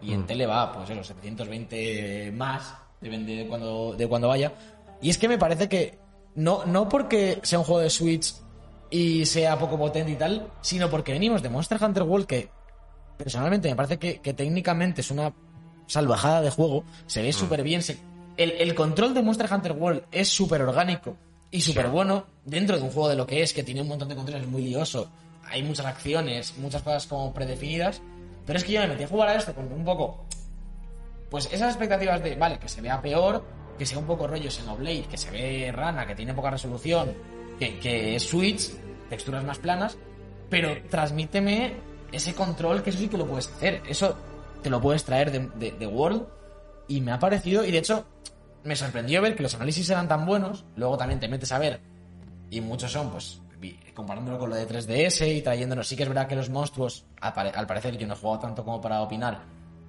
S3: Y en tele va, pues eso, 720 más, depende de cuando, de cuando vaya. Y es que me parece que no, no porque sea un juego de Switch y sea poco potente y tal, sino porque venimos de Monster Hunter World que personalmente me parece que, que técnicamente es una salvajada de juego, se ve súper bien, se- el, el control de Monster Hunter World es súper orgánico y súper bueno dentro de un juego de lo que es, que tiene un montón de controles muy lioso, hay muchas acciones, muchas cosas como predefinidas, pero es que yo me metí a jugar a esto con un poco pues esas expectativas de, vale, que se vea peor, que sea un poco rollo Xenoblade, que se ve rana, que tiene poca resolución, que, que es Switch, texturas más planas, pero transmíteme ese control que eso sí que lo puedes hacer. Eso te lo puedes traer de, de- de World y me ha parecido, y de hecho me sorprendió ver que los análisis eran tan buenos, luego también te metes a ver y muchos son, pues, vi- comparándolo con lo de 3DS y trayéndonos. Sí que es verdad que los monstruos, apare- al parecer, yo no he jugado tanto como para opinar,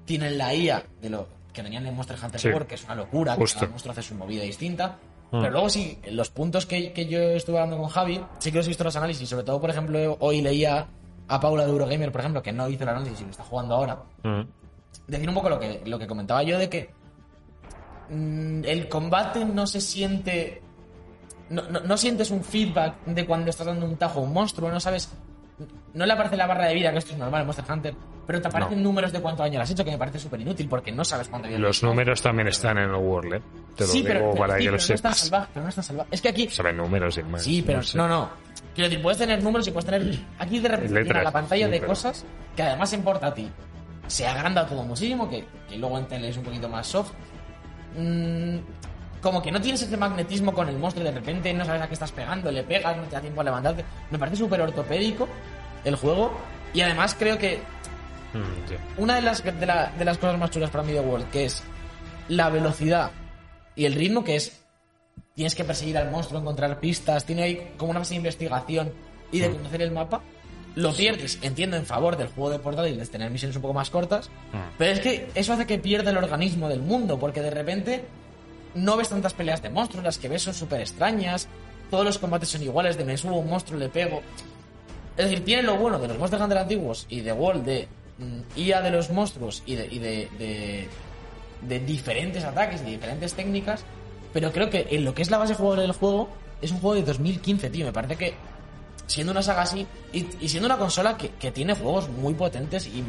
S3: tienen la IA de lo que tenían en Monster Hunter
S1: Sí.
S3: World, que es una locura,
S1: Justo. Mm.
S3: que cada monstruo hace su movida distinta. Pero luego sí, los puntos que, que yo estuve hablando con Javi, sí que los he visto los análisis. Sobre todo, por ejemplo, hoy leía a Paula de Eurogamer, por ejemplo, que no hizo el análisis y lo está jugando ahora
S1: Mm.
S3: decir un poco lo que, lo que comentaba yo de que mm, el combate no se siente. No, no- no sientes un feedback de cuando estás dando un tajo a un monstruo, no sabes. No le aparece la barra de vida, que esto es normal en Monster Hunter, pero te aparecen números de cuánto daño le has hecho, que me parece súper inútil porque no sabes cuánto daño le has
S1: Los
S3: hecho.
S1: números también están en el World, ¿eh? Te lo
S3: sí,
S1: digo
S3: pero, pero-
S1: para que
S3: sí,
S1: lo
S3: pero no está
S1: sepas.
S3: salvaje, pero no está salvaje. Es que aquí.
S1: Saben números y más.
S3: Sí, pero
S1: sé.
S3: no, no. Quiero decir, puedes tener números y puedes tener. Aquí de repente
S1: Letras,
S3: llena la pantalla
S1: sí,
S3: de
S1: pero-
S3: cosas que además en portátil se agranda todo muchísimo, que, que luego en tele es un poquito más soft. Mm, como que no tienes ese magnetismo con el monstruo, de repente no sabes a qué estás pegando, le pegas, no te da tiempo a levantarte. Me parece súper ortopédico el juego y además creo que
S1: Mm, sí.
S3: una de las, de, la- de las cosas más chulas para mí de World, que es la velocidad y el ritmo, que es tienes que perseguir al monstruo, encontrar pistas, tiene ahí como una fase de investigación y de conocer el mapa. Lo pierdes, entiendo, en favor del juego de portátil, de tener misiones un poco más cortas, pero es que eso hace que pierda el organismo del mundo, porque de repente no ves tantas peleas de monstruos, las que ves son súper extrañas, todos los combates son iguales, de me subo a un monstruo, le pego, es decir, tiene lo bueno de los Monster Hunter antiguos y de World de mm, IA de los monstruos y de, y de, de- de diferentes ataques, de diferentes técnicas, pero creo que en lo que es la base jugable del juego, es un juego de 2015, tío. Me parece que siendo una saga así y, y siendo una consola que, que tiene juegos muy potentes y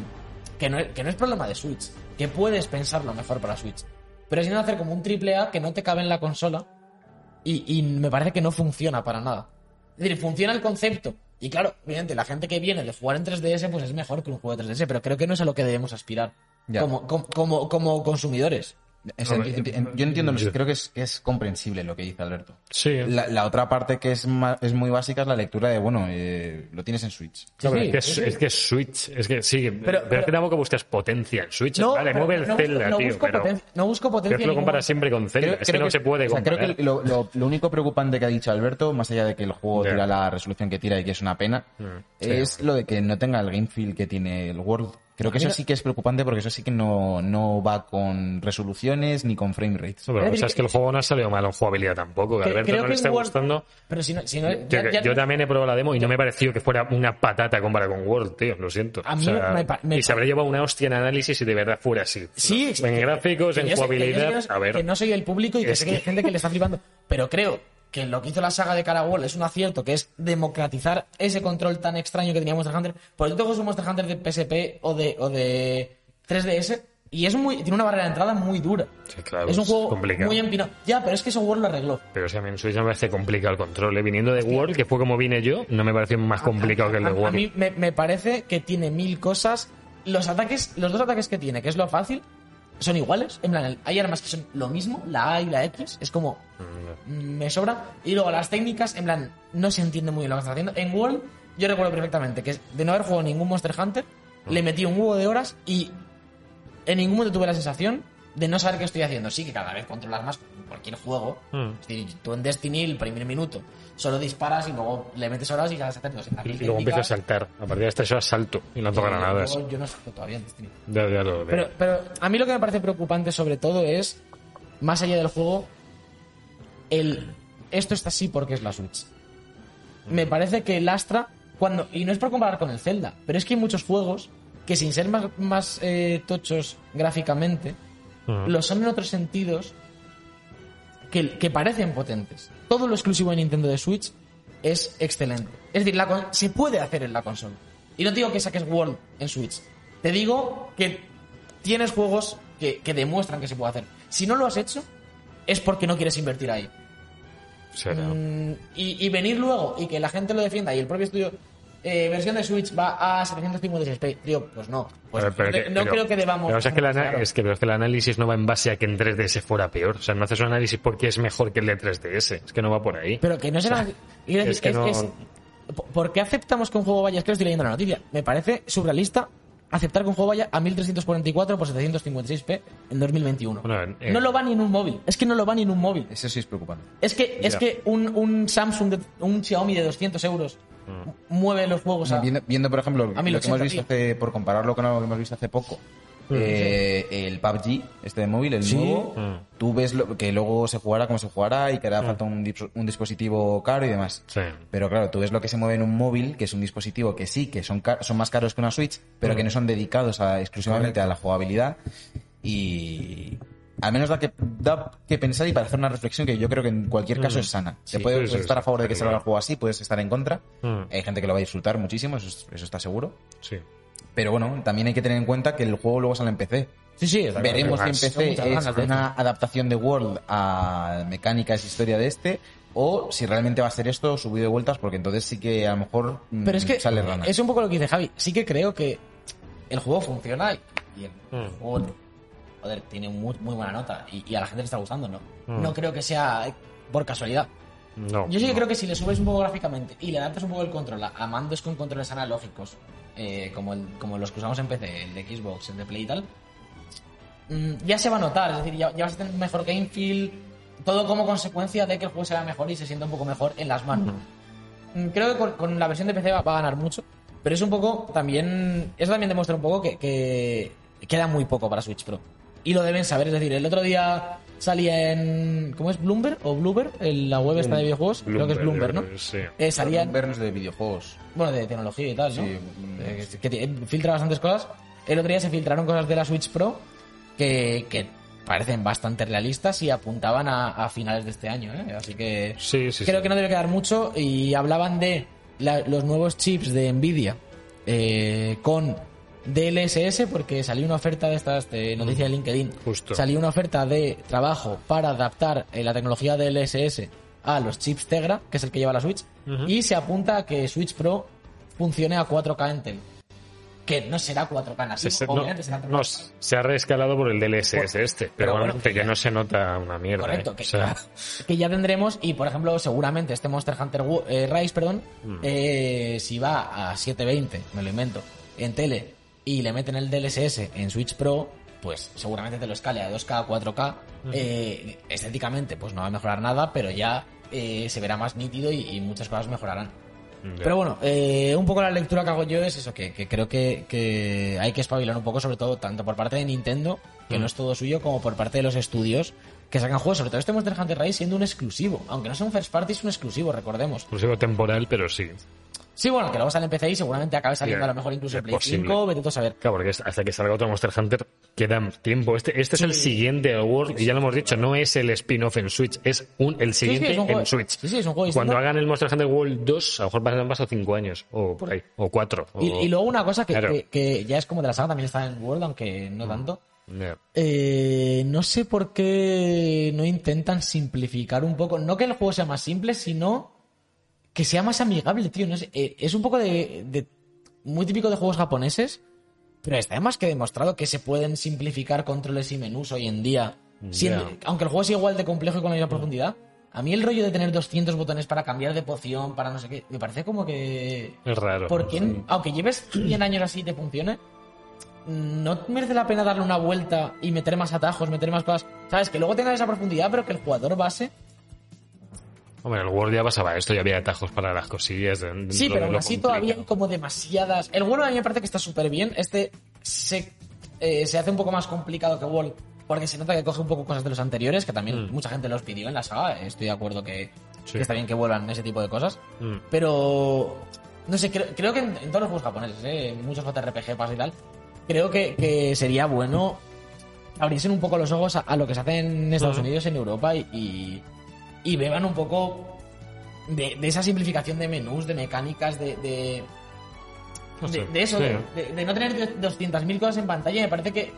S3: que no, es, que no es problema de Switch, que puedes pensarlo mejor para Switch, pero sin hacer como un triple A que no te cabe en la consola y, y me parece que no funciona para nada. Es decir, funciona el concepto. Y claro, evidente, la gente que viene de jugar en 3DS pues es mejor que un juego de 3DS, pero creo que no es a lo que debemos aspirar
S2: Ya.
S3: como, como, como, como consumidores.
S2: Es-
S1: Hombre,
S2: en-
S1: yo-
S2: en- yo entiendo, los-
S1: yo-
S2: creo que es, que es comprensible lo que dice Alberto.
S1: Sí. ¿eh?
S2: La, la otra parte que es, ma- es muy básica es la lectura de, bueno, eh, lo tienes en Switch.
S1: No, pero
S3: sí,
S1: es, que es,
S3: sí.
S1: es que es Switch, es que sí, pero, es
S3: pero-
S1: que tampoco buscas potencia en Switch. vale,
S3: pero
S1: mueve el
S3: no busco-
S1: Zelda,
S3: no
S1: tío,
S3: busco
S1: pero
S3: potencia- no busco
S1: pero
S3: potencia.
S1: tú
S3: en
S1: lo
S3: ningún
S1: comparas siempre con Zelda, es que no se puede
S2: o sea, creo
S1: comparar.
S2: que lo, lo- lo único preocupante que ha dicho Alberto, más allá de que el juego
S1: Ya. Mm,
S2: tira la resolución que tira y que es una pena, es lo de que no tenga el game feel que tiene el World. Creo que eso sí que es preocupante porque eso sí que no, no va con resoluciones ni con frame rates.
S1: No, pero, o sea, es que el juego no ha salido mal en jugabilidad tampoco. Que
S3: Que-
S1: Pues Alberto
S3: creo
S1: no
S3: que
S1: le está
S3: en Word-
S1: gustando.
S3: Pero si no, si no,
S1: Tío,
S3: ya-
S1: que
S3: ya-
S1: yo también he probado la demo y no me pareció que fuera una patata comparada con Word, tío. Lo siento.
S3: A mí
S1: O sea,
S3: me pa- me
S1: y se
S3: pa-
S1: habría llevado una hostia en análisis si de verdad fuera así.
S3: Sí,
S1: No,
S3: sí,
S1: en gráficos,
S3: que
S1: en
S3: yo sé- que yo sé
S1: jugabilidad.
S3: que no-
S1: a ver.
S3: Que no soy el público y que
S1: Es
S3: sé que hay
S1: que-
S3: gente que le está flipando. Pero creo que lo que hizo la saga de Caragol es un acierto, que es democratizar ese control tan extraño que tenía Monster Hunter. Porque tú te coges un Monster Hunter de PSP o de, o de 3DS y es muy, tiene una barrera de entrada muy dura.
S1: Sí, claro,
S3: es un
S1: es
S3: juego
S1: complicado.
S3: muy empinado. Ya, pero es que eso World lo arregló.
S1: Pero si a mí en Switch no me parece complicado el control. ¿eh? Viniendo de Word, que fue como vine yo, no me pareció más complicado que el de
S3: A- A,
S1: Word.
S3: mí me, me parece que tiene mil cosas. Los ataques, los dos ataques que tiene, que es lo fácil, son iguales. En plan, el- hay armas que son lo mismo, la A y la X. Es como, mm, me sobra. Y luego las técnicas, en plan, no se entiende muy bien lo que está haciendo. En World, yo recuerdo perfectamente que de no haber jugado ningún Monster Hunter,
S1: Mm.
S3: le metí un huevo de horas y en ningún momento tuve la sensación de no saber qué estoy haciendo. Sí que cada vez controlas más como en cualquier juego.
S1: Mm.
S3: Es decir, tú en Destiny el primer minuto solo disparas y luego le metes horas y ya se hace 200
S1: Y luego empiezo a saltar. A partir de esta yo salto y lanzo granadas.
S3: Yo no sé todavía en Destiny.
S1: Ya, ya lo veo.
S3: Pero, pero a mí lo que me parece preocupante sobre todo es, más allá del juego, el esto está así porque es la Switch. Me parece que el Astra, cuando, y no es por comparar con el Zelda, pero es que hay muchos juegos que sin ser más, más, eh, tochos gráficamente,
S1: Ujú.
S3: lo son en otros sentidos que, que parecen potentes. Todo lo exclusivo de Nintendo de Switch es excelente. Es decir, la con- se puede hacer en la consola. Y no te digo que saques World en Switch. Te digo que tienes juegos que, que demuestran que se puede hacer. Si no lo has hecho, es porque no quieres invertir ahí.
S1: Será.
S3: Mm, y, y venir luego y que la gente lo defienda y el propio estudio eh, versión de Switch va a 756p tío pues no Pues
S1: A ver, pero
S3: no
S1: que-
S3: no
S1: pero-
S3: creo que debamos
S1: pero, o sea, es, que el ana-
S3: Claro.
S1: es que- pero es que el análisis no va en base a que en 3DS fuera peor. O sea, no haces un análisis porque es mejor que el de 3DS. Es que no va por ahí.
S3: Pero que no será. quiero decir,
S1: es que no-
S3: ¿por- ¿Por qué aceptamos que un juego vaya? Es que lo estoy leyendo la noticia. Me parece surrealista aceptar que un juego vaya a 1344 por 756p en 2021.
S1: Bueno, en- en-
S3: No lo va ni en un móvil. Es que no lo va ni en un móvil.
S2: Eso sí es preocupante.
S3: Es que, es
S1: Ya.
S3: que un, un Samsung, de- un Xiaomi de 200 euros
S1: Mm.
S3: mueve los juegos a.
S2: viendo, viendo, por ejemplo,
S3: a mí
S2: lo
S3: lo
S2: que hemos
S3: siento,
S2: visto
S3: tío.
S2: hace, por compararlo con algo que hemos visto hace poco, eh, el PUBG, este de móvil, el nuevo,
S1: Mm.
S2: tú ves lo- que luego se jugará como se jugará y que hará falta un, dis- un dispositivo caro y demás.
S1: Sí.
S2: Pero claro, tú ves lo que se mueve en un móvil, que es un dispositivo que sí, que son, car- son más caros que una Switch, pero que no son dedicados a- exclusivamente a la jugabilidad. Y al menos da que, da que pensar y para hacer una reflexión que yo creo que en cualquier caso es sana.
S1: Mm. Sí,
S2: Se puede
S1: sí, sí,
S2: estar a
S1: sí,
S2: favor de que
S1: sí,
S2: salga
S1: claro.
S2: el juego así, puedes estar en contra.
S1: Mm.
S2: Hay gente que lo va a disfrutar muchísimo, eso, es- eso está seguro.
S1: Sí.
S2: Pero bueno, también hay que tener en cuenta que el juego luego sale en PC.
S3: Sí, sí, está claro.
S2: Veremos si
S1: Además,
S2: en
S3: son muchas
S2: PC es
S3: ganas de
S2: una adaptación de World a mecánicas, historia de este, o si realmente va a ser esto subido de vueltas, porque entonces sí que a lo mejor mm,
S3: Pero es que
S2: sale rana.
S3: es un poco lo que dice Javi. Sí que creo que el juego funciona y el
S1: Mm.
S3: juego joder, tiene muy, muy buena nota y, y a la gente le está gustando, ¿no?
S1: Mm.
S3: No creo que sea por casualidad.
S1: No.
S3: Yo sí que
S1: no.
S3: creo que si le subes un poco gráficamente y le adaptas un poco el control a- a mandos con controles analógicos, eh, como, el- como los que usamos en PC, el de Xbox, el de Play y tal, mm, ya se va a notar. Es decir, ya, ya vas a tener mejor game feel, todo como consecuencia de que el juego sea mejor y se sienta un poco mejor en las manos. Mm, Creo que con, con la versión de PC va, va a ganar mucho, pero es un poco también. Eso también demuestra un poco que, que queda muy poco para Switch Pro. Y lo deben saber, es decir, el otro día salía en. ¿Cómo es? ¿Bloomberg? ¿O Bloomberg? En la web está de videojuegos. creo que es Bloomberg, ¿no?
S1: yo creo que Sí.
S3: Eh, salía.
S2: vernos de videojuegos.
S3: Bueno, de tecnología y tal, ¿no?
S2: Sí.
S3: Eh, que- que te- filtra bastantes cosas. El otro día se filtraron cosas de la Switch Pro que, que parecen bastante realistas y apuntaban a, a finales de este año. ¿eh? Así que
S1: Sí, sí,
S3: creo
S1: sí.
S3: que no debe quedar mucho. Y hablaban de la- los nuevos chips de Nvidia eh, con DLSS, porque salió una oferta de estas de noticia de LinkedIn.
S1: Mm. Justo.
S3: Salió una oferta de trabajo para adaptar eh, la tecnología DLSS a los chips Tegra, que es el que lleva la Switch.
S1: Ujú.
S3: Y se apunta a que Switch Pro funcione a 4K Intel. Que no será 4K
S1: Se-
S3: nativo,
S1: se- no,
S3: obviamente será
S1: no,
S3: 4K.
S1: se ha reescalado por el DLSS este, pero,
S3: pero
S1: bueno,
S3: bueno,
S1: que ya no se nota una mierda.
S3: Correcto,
S1: ¿eh?
S3: que,
S1: O sea,
S3: que ya tendremos, y por ejemplo, seguramente este Monster Hunter Wo- eh, Rise, perdón,
S1: Mm.
S3: eh, si va a 720, me lo invento, en tele, y le meten el DLSS en Switch Pro, pues seguramente te lo escale a 2K, 4K. eh, estéticamente, pues no va a mejorar nada, pero ya eh, se verá más nítido y- y muchas cosas mejorarán.
S1: ya.
S3: Pero bueno, eh, un poco la lectura que hago yo es eso, que, que creo que, que hay que espabilar un poco, sobre todo tanto por parte de Nintendo, que
S1: Mm.
S3: no es todo suyo, como por parte de los estudios que sacan juegos, sobre todo este Monster Hunter Rise siendo un exclusivo, aunque no sea un first party, es un exclusivo, recordemos.
S1: Exclusivo temporal, pero sí.
S3: Sí, bueno, que luego sale en PC y seguramente acabe saliendo
S1: Bien,
S3: a lo mejor incluso en
S1: es
S3: Play
S1: posible.
S3: 5, vete tú a saber.
S1: Claro, porque es- hasta que salga otro Monster Hunter queda tiempo. Este, este es el siguiente al World, y ya lo hemos dicho, no es el spin-off en Switch, es un, el
S3: sí,
S1: siguiente
S3: es un
S1: en
S3: juego-
S1: Switch.
S3: sí, sí, es un juego
S1: Cuando
S3: distinto.
S1: hagan el Monster Hunter World 2, a lo mejor han pasado 5 años, o por ahí, o 4.
S3: Y, y luego una cosa que,
S1: Claro. Mm.
S3: que- que ya es como de la saga, también está en World, aunque no tanto.
S1: Ya.
S3: Eh, no sé por qué no intentan simplificar un poco. No que el juego sea más simple, sino que sea más amigable, tío. No sé, eh, es un poco de, de- muy típico de juegos japoneses, pero está además que demostrado que se pueden simplificar controles y menús hoy en día. Siendo-
S1: Ya.
S3: Aunque el juego sea igual de complejo y con la misma profundidad. A mí el rollo de tener 200 botones para cambiar de poción, para no sé qué, me parece como que...
S1: Es raro.
S3: ¿Por qué? Aunque lleves 100 años así y te funcione, ¿no merece la pena darle una vuelta y meter más atajos, meter más cosas? ¿Sabes? Que luego tenga esa profundidad, pero que el jugador base.
S1: Hombre, en el World ya pasaba esto, ya había atajos para las cosillas. dentro
S3: Sí,
S1: de
S3: pero aún
S1: lo
S3: así todavía hay
S1: complicado.
S3: como demasiadas. El World a mí me parece que está súper bien. Este se, eh, se hace un poco más complicado que World. Porque se nota que coge un poco cosas de los anteriores, que también
S1: Mm.
S3: mucha gente los pidió en la saga. Estoy de acuerdo que,
S1: Sí.
S3: que está bien que vuelvan ese tipo de cosas.
S1: Mm.
S3: Pero. No sé, creo, creo que en, en todos los juegos japoneses, ¿eh? en muchos JRPG, pasa y tal. Creo que, que sería bueno abrirse un poco los ojos a, a lo que se hace en Estados
S1: Ujú.
S3: Unidos, en Europa y, y, y beban un poco de, de esa simplificación de menús, de mecánicas, de. de
S1: No sé,
S3: de, de eso,
S1: Mm. Pues sí.
S3: de, de- de no tener 200.000 cosas en pantalla, me parece que,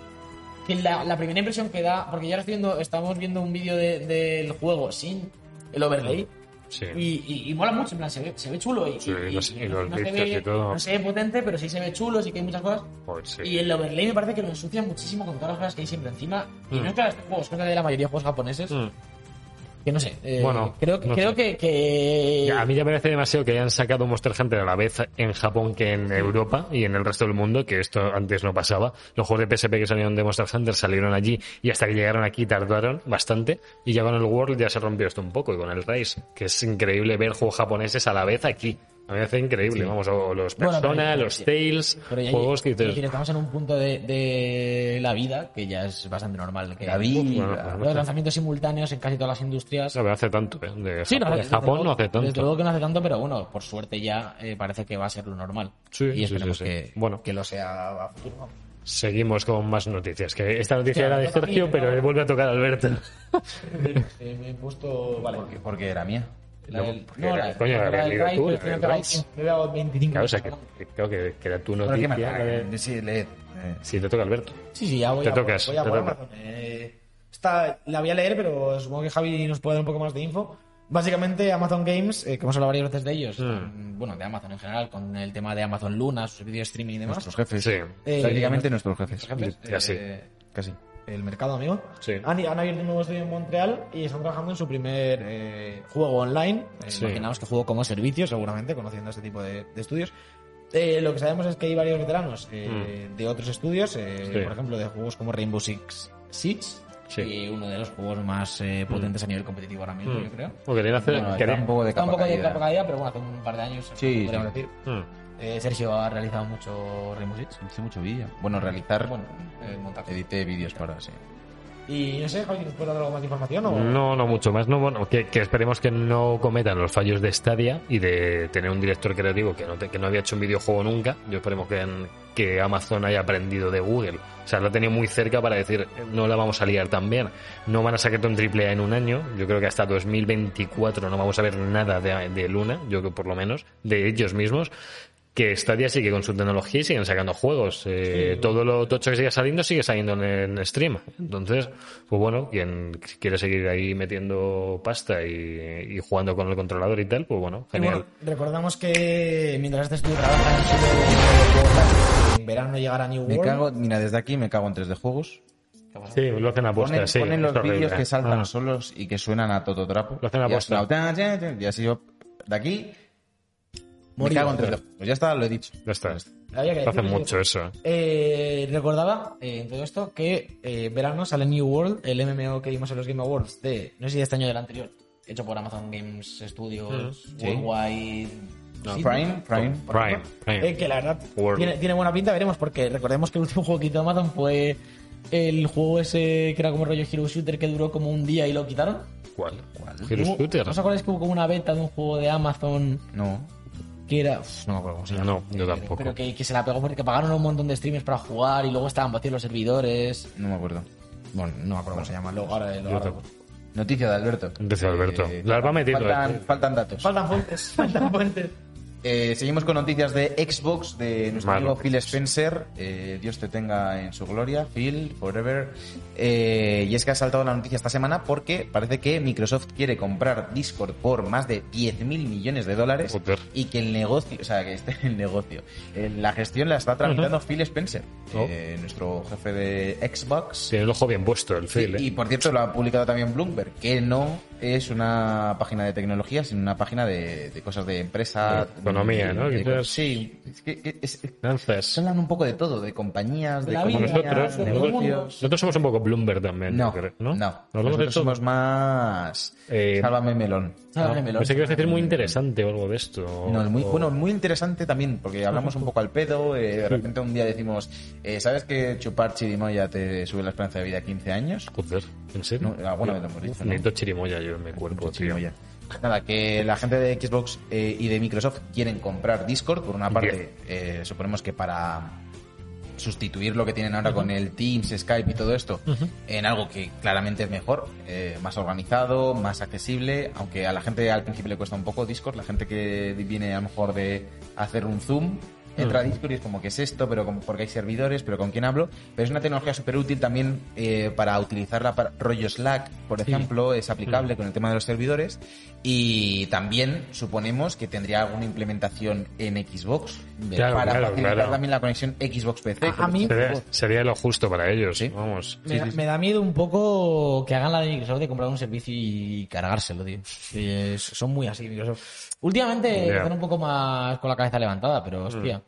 S3: que la, la primera impresión que da, porque ya ahora estoy viendo, estamos viendo un vídeo de- del juego sin el overlay,
S1: Sí.
S3: y, y, y mola mucho, en plan, se ve, se ve chulo. Y,
S1: Sí,
S3: y-
S1: los- y
S3: no-
S1: los
S3: no se
S1: glitches
S3: ve-
S1: y todo.
S3: No se ve potente, pero sí se ve chulo, sí que hay muchas cosas.
S1: Joder, sí.
S3: Y el overlay me parece que lo ensucia muchísimo con todas las cosas que hay siempre encima. Y
S1: Mm.
S3: no es claro, este juego, es cosa de la mayoría de juegos japoneses.
S1: Mm.
S3: Que no sé. eh,
S1: Bueno,
S3: creo que.
S1: no
S3: creo
S1: sé.
S3: que, que-
S1: Ya, A mí ya me parece demasiado que hayan sacado Monster Hunter a la vez en Japón que en Europa y en el resto del mundo, que esto antes no pasaba. Los juegos de PSP que salieron de Monster Hunter salieron allí y hasta que llegaron aquí tardaron bastante. Y ya con el World ya se rompió esto un poco y con el Rise, que es increíble ver juegos japoneses a la vez aquí. A mí me parece increíble, vamos, o los
S3: Bueno,
S1: Persona,
S3: pero ya-
S1: los Tales,
S3: Pero ya
S1: juegos que
S3: quiero
S1: dices,
S3: decir, estamos en un punto de, de la vida que ya es bastante normal. Que
S2: La vida.
S1: Bueno, pues,
S3: Los lanzamientos simultáneos en casi todas las industrias.
S1: no, pero hace tanto, ¿eh? De
S3: Sí, no,
S1: Japón,
S3: desde
S1: Japón
S3: luego-
S1: no hace
S3: Desde
S1: tanto.
S3: luego que no hace tanto, pero bueno, por suerte ya eh, parece que va a ser lo normal.
S1: Sí, sí,
S3: y esperemos
S1: sí, sí.
S3: Que,
S1: Bueno.
S3: que lo sea a futuro.
S1: Seguimos con más noticias, que esta noticia
S3: Hostia,
S1: era
S3: me
S1: de
S3: toca a mí,
S1: Sergio,
S3: me
S1: pero
S3: toca.
S1: le vuelve a tocar a Alberto.
S3: Eh, me he puesto. Vale.
S2: Porque, porque era mía.
S3: La del-
S1: porque
S3: No,
S1: era-
S3: la del-
S1: coño, la
S3: la
S1: habías
S3: del
S1: leído
S3: Rai,
S1: tú,
S3: pero
S1: la
S3: estoy
S1: del
S3: en Rai,
S1: Rai.
S3: Me he dado 25.
S1: Claro, o sea, que, que creo que, que era tu
S2: Pero qué
S1: noticia.
S2: más
S1: la de-
S2: da. Sí, leed, eh.
S1: Sí, te toca Alberto.
S3: Sí, sí, ya voy
S1: Te
S3: a
S1: tocas,
S3: voy a
S1: te
S3: por
S1: tocas.
S3: Amazon. Eh, esta la voy a leer, pero supongo que Javi nos puede dar un poco más de info. Básicamente, Amazon Games, eh, que hemos hablado varias veces de ellos,
S1: Hmm.
S3: con- bueno, de Amazon en general, con el tema de Amazon Luna, sus vídeos de streaming y demás.
S2: Nuestros jefes.
S1: Sí,
S3: Eh,
S2: Prácticamente nuestros
S3: nuestros
S2: jefes.
S3: jefes, eh,
S1: Ya sí.
S2: Casi.
S3: el mercado, amigo.
S1: Sí.
S3: Han, han abierto un nuevo estudio en Montreal y están trabajando en su primer eh, juego online. Eh,
S1: Sí.
S3: Imaginamos que juego como servicio, seguramente, conociendo este tipo de, de estudios. Eh, lo que sabemos es que hay varios veteranos eh, de otros estudios, eh,
S1: Mm. Sí.
S3: por ejemplo, de juegos como Rainbow Six Siege,
S1: Sí.
S3: y uno de los juegos más eh, potentes a nivel competitivo ahora mismo,
S1: Mm.
S3: yo creo.
S1: O querían hacer.
S2: Bueno, está
S1: querían-
S2: un poco de
S3: Está un
S2: capa
S3: poco de
S2: caída.
S3: capa caída, pero bueno, hace un par de años,
S2: Sí,
S3: podríamos
S2: sí.
S3: decir.
S1: Mm,
S3: Eh, Sergio ha realizado mucho Rainbow Six.
S2: Hice mucho vídeo. Bueno, realizar.
S3: Bueno, eh, montaje.
S2: Edité vídeos para, sí.
S3: Y no sé, Javi, ¿nos puedes dar algo más de información? O...
S1: No, no mucho más. No, bueno, que, que esperemos que no cometan los fallos de Stadia y de tener un director creativo que no, te- que no había hecho un videojuego nunca. Yo esperemos que, en- que Amazon haya aprendido de Google. O sea, lo ha tenido muy cerca para decir, no la vamos a liar tan bien. No van a sacarte un triple A en un año. Yo creo que hasta 2024 no vamos a ver nada de, de Luna, yo creo por lo menos, de ellos mismos. Que Stadia sigue con su tecnología y siguen sacando juegos. Eh, Todo lo tocho que siga saliendo sigue saliendo en, en stream. Entonces, pues bueno, quien quiere seguir ahí metiendo pasta y, y jugando con el controlador y tal, pues bueno,
S3: Y
S1: genial.
S3: bueno, recordamos que mientras este estudio trabaja en su nuevo portal, en verano llegará New
S2: Me
S3: World.
S2: cago, mira, desde aquí me cago en 3D juegos.
S1: Sí, lo hacen apuestas,
S2: Ponen,
S1: sí.
S2: ponen
S1: es
S2: los
S1: horrible.
S2: vídeos que saltan
S1: Ah.
S2: solos y que suenan a todo trapo.
S1: Lo hacen a
S2: Y
S1: posta.
S2: ha sonado, "Tan, tan, tan", Y así yo, de aquí, me cago en 3D juegos. Pues ya está, lo he dicho.
S1: Ya está.
S3: Había que
S1: Lo hacen
S3: decirlo.
S1: mucho eso.
S3: Eh, recordaba eh, en todo esto que eh, verano sale New World, el MMO que vimos en los Game Awards de, no sé si de este año o del anterior, hecho por Amazon Games Studios,
S1: Mm,
S3: Worldwide,
S1: No.
S3: sí,
S2: Prime, Prime.
S1: Prime, Prime.
S3: Eh, que la verdad
S1: World.
S3: tiene, tiene buena pinta, veremos, porque recordemos que el último juego que quitó Amazon fue el juego ese que era como rollo Hero Shooter que duró como un día y lo quitaron.
S1: ¿Cuál? ¿Cuál?
S2: Uh,
S3: Hubo-
S1: Shooter?
S3: ¿No os acordáis que hubo como una beta de un juego de Amazon
S2: No. pues
S3: que era... uf, no me acuerdo cómo se llama.
S1: No, yo tampoco.
S3: Pero que, que se la pegó porque pagaron a un montón de streamers para jugar y luego estaban vacíos los servidores.
S2: No me acuerdo.
S3: Bueno, no me acuerdo cómo se llama. Luego, ahora, luego,
S1: Yo
S3: ahora.
S1: tampoco.
S2: Noticia de Alberto.
S1: Noticia de Alberto.
S2: Eh,
S1: Las va metiendo,
S2: Faltan,
S1: eh.
S2: faltan datos.
S3: Faltan fuentes, faltan fuentes.
S2: Eh, seguimos con noticias de Xbox de nuestro
S1: Malo.
S2: amigo Phil Spencer. Eh, Dios te tenga en su gloria, Phil, forever. Eh, y es que ha saltado la noticia esta semana porque parece que Microsoft quiere comprar Discord por más de 10 mil millones de dólares
S1: Joder.
S2: y que el negocio, o sea, que esté el negocio, eh, la gestión la está tramitando Phil Spencer,
S1: Oh.
S2: eh, nuestro jefe de Xbox.
S1: Tiene el ojo bien puesto, el Phil.
S2: Y,
S1: eh.
S2: y, por cierto, lo ha publicado también Bloomberg, que no es una página de tecnología, sino una página de, de cosas de empresa.
S1: De economía, ¿no?
S2: de
S1: Quizás.
S2: cosas- sí, es que que- es-
S1: Finanzas.
S2: se hablan un poco de todo, de compañías, de
S3: La vida,
S2: compañías,
S1: Nosotros,
S3: de
S2: negocios.
S1: nosotros, nosotros somos un poco Bloomberg también,
S2: No,
S1: yo creo,
S2: no,
S1: ¿no? Nos hablamos de
S2: Nosotros
S1: esto.
S2: somos más.
S1: Eh,
S2: Sálvame melón.
S3: Sálvame
S1: Ah,
S3: melón.
S1: Pensé que ibas a decir muy interesante o algo de esto. o-
S2: No, es muy,
S1: o-
S2: bueno, muy interesante también, porque hablamos un poco al pedo. eh, de repente un día decimos, eh, ¿sabes que chupar chirimoya te sube la esperanza de vida a 15 años?
S1: Joder, ¿en serio?
S3: ah,
S2: No, alguna vez lo hemos dicho, ¿no?
S1: Necesito chirimoya yo en mi cuerpo, tío.
S2: Chirimoya. pues, Nada, que la gente de Xbox eh, y de Microsoft quieren comprar Discord, por una parte, eh, suponemos que para sustituir lo que tienen ahora con el Teams, Skype y todo esto, en algo que claramente es mejor, eh, más organizado, más accesible, aunque a la gente al principio le cuesta un poco Discord, la gente que viene a lo mejor de hacer un Zoom.
S1: Mm.
S2: Entra a Discord y es como que es esto, pero como porque hay servidores, pero con quién hablo. Pero es una tecnología súper útil también eh, para utilizarla para rollo Slack, por ejemplo, es
S1: Mm.
S2: aplicable con el tema de los servidores. Y también suponemos que tendría alguna implementación en Xbox
S1: Claro,
S2: para
S1: claro,
S2: facilitar
S1: claro.
S2: también la conexión Xbox PC.
S3: A- a mí-
S1: Sería, sería lo justo para ellos,
S2: Sí.
S1: vamos.
S3: Me, da- me da miedo un poco que hagan la de Microsoft de comprar un servicio y cargárselo, tío. Que es- son muy así, Microsoft. Últimamente
S1: Ya.
S3: están un poco más con la cabeza levantada, pero hostia.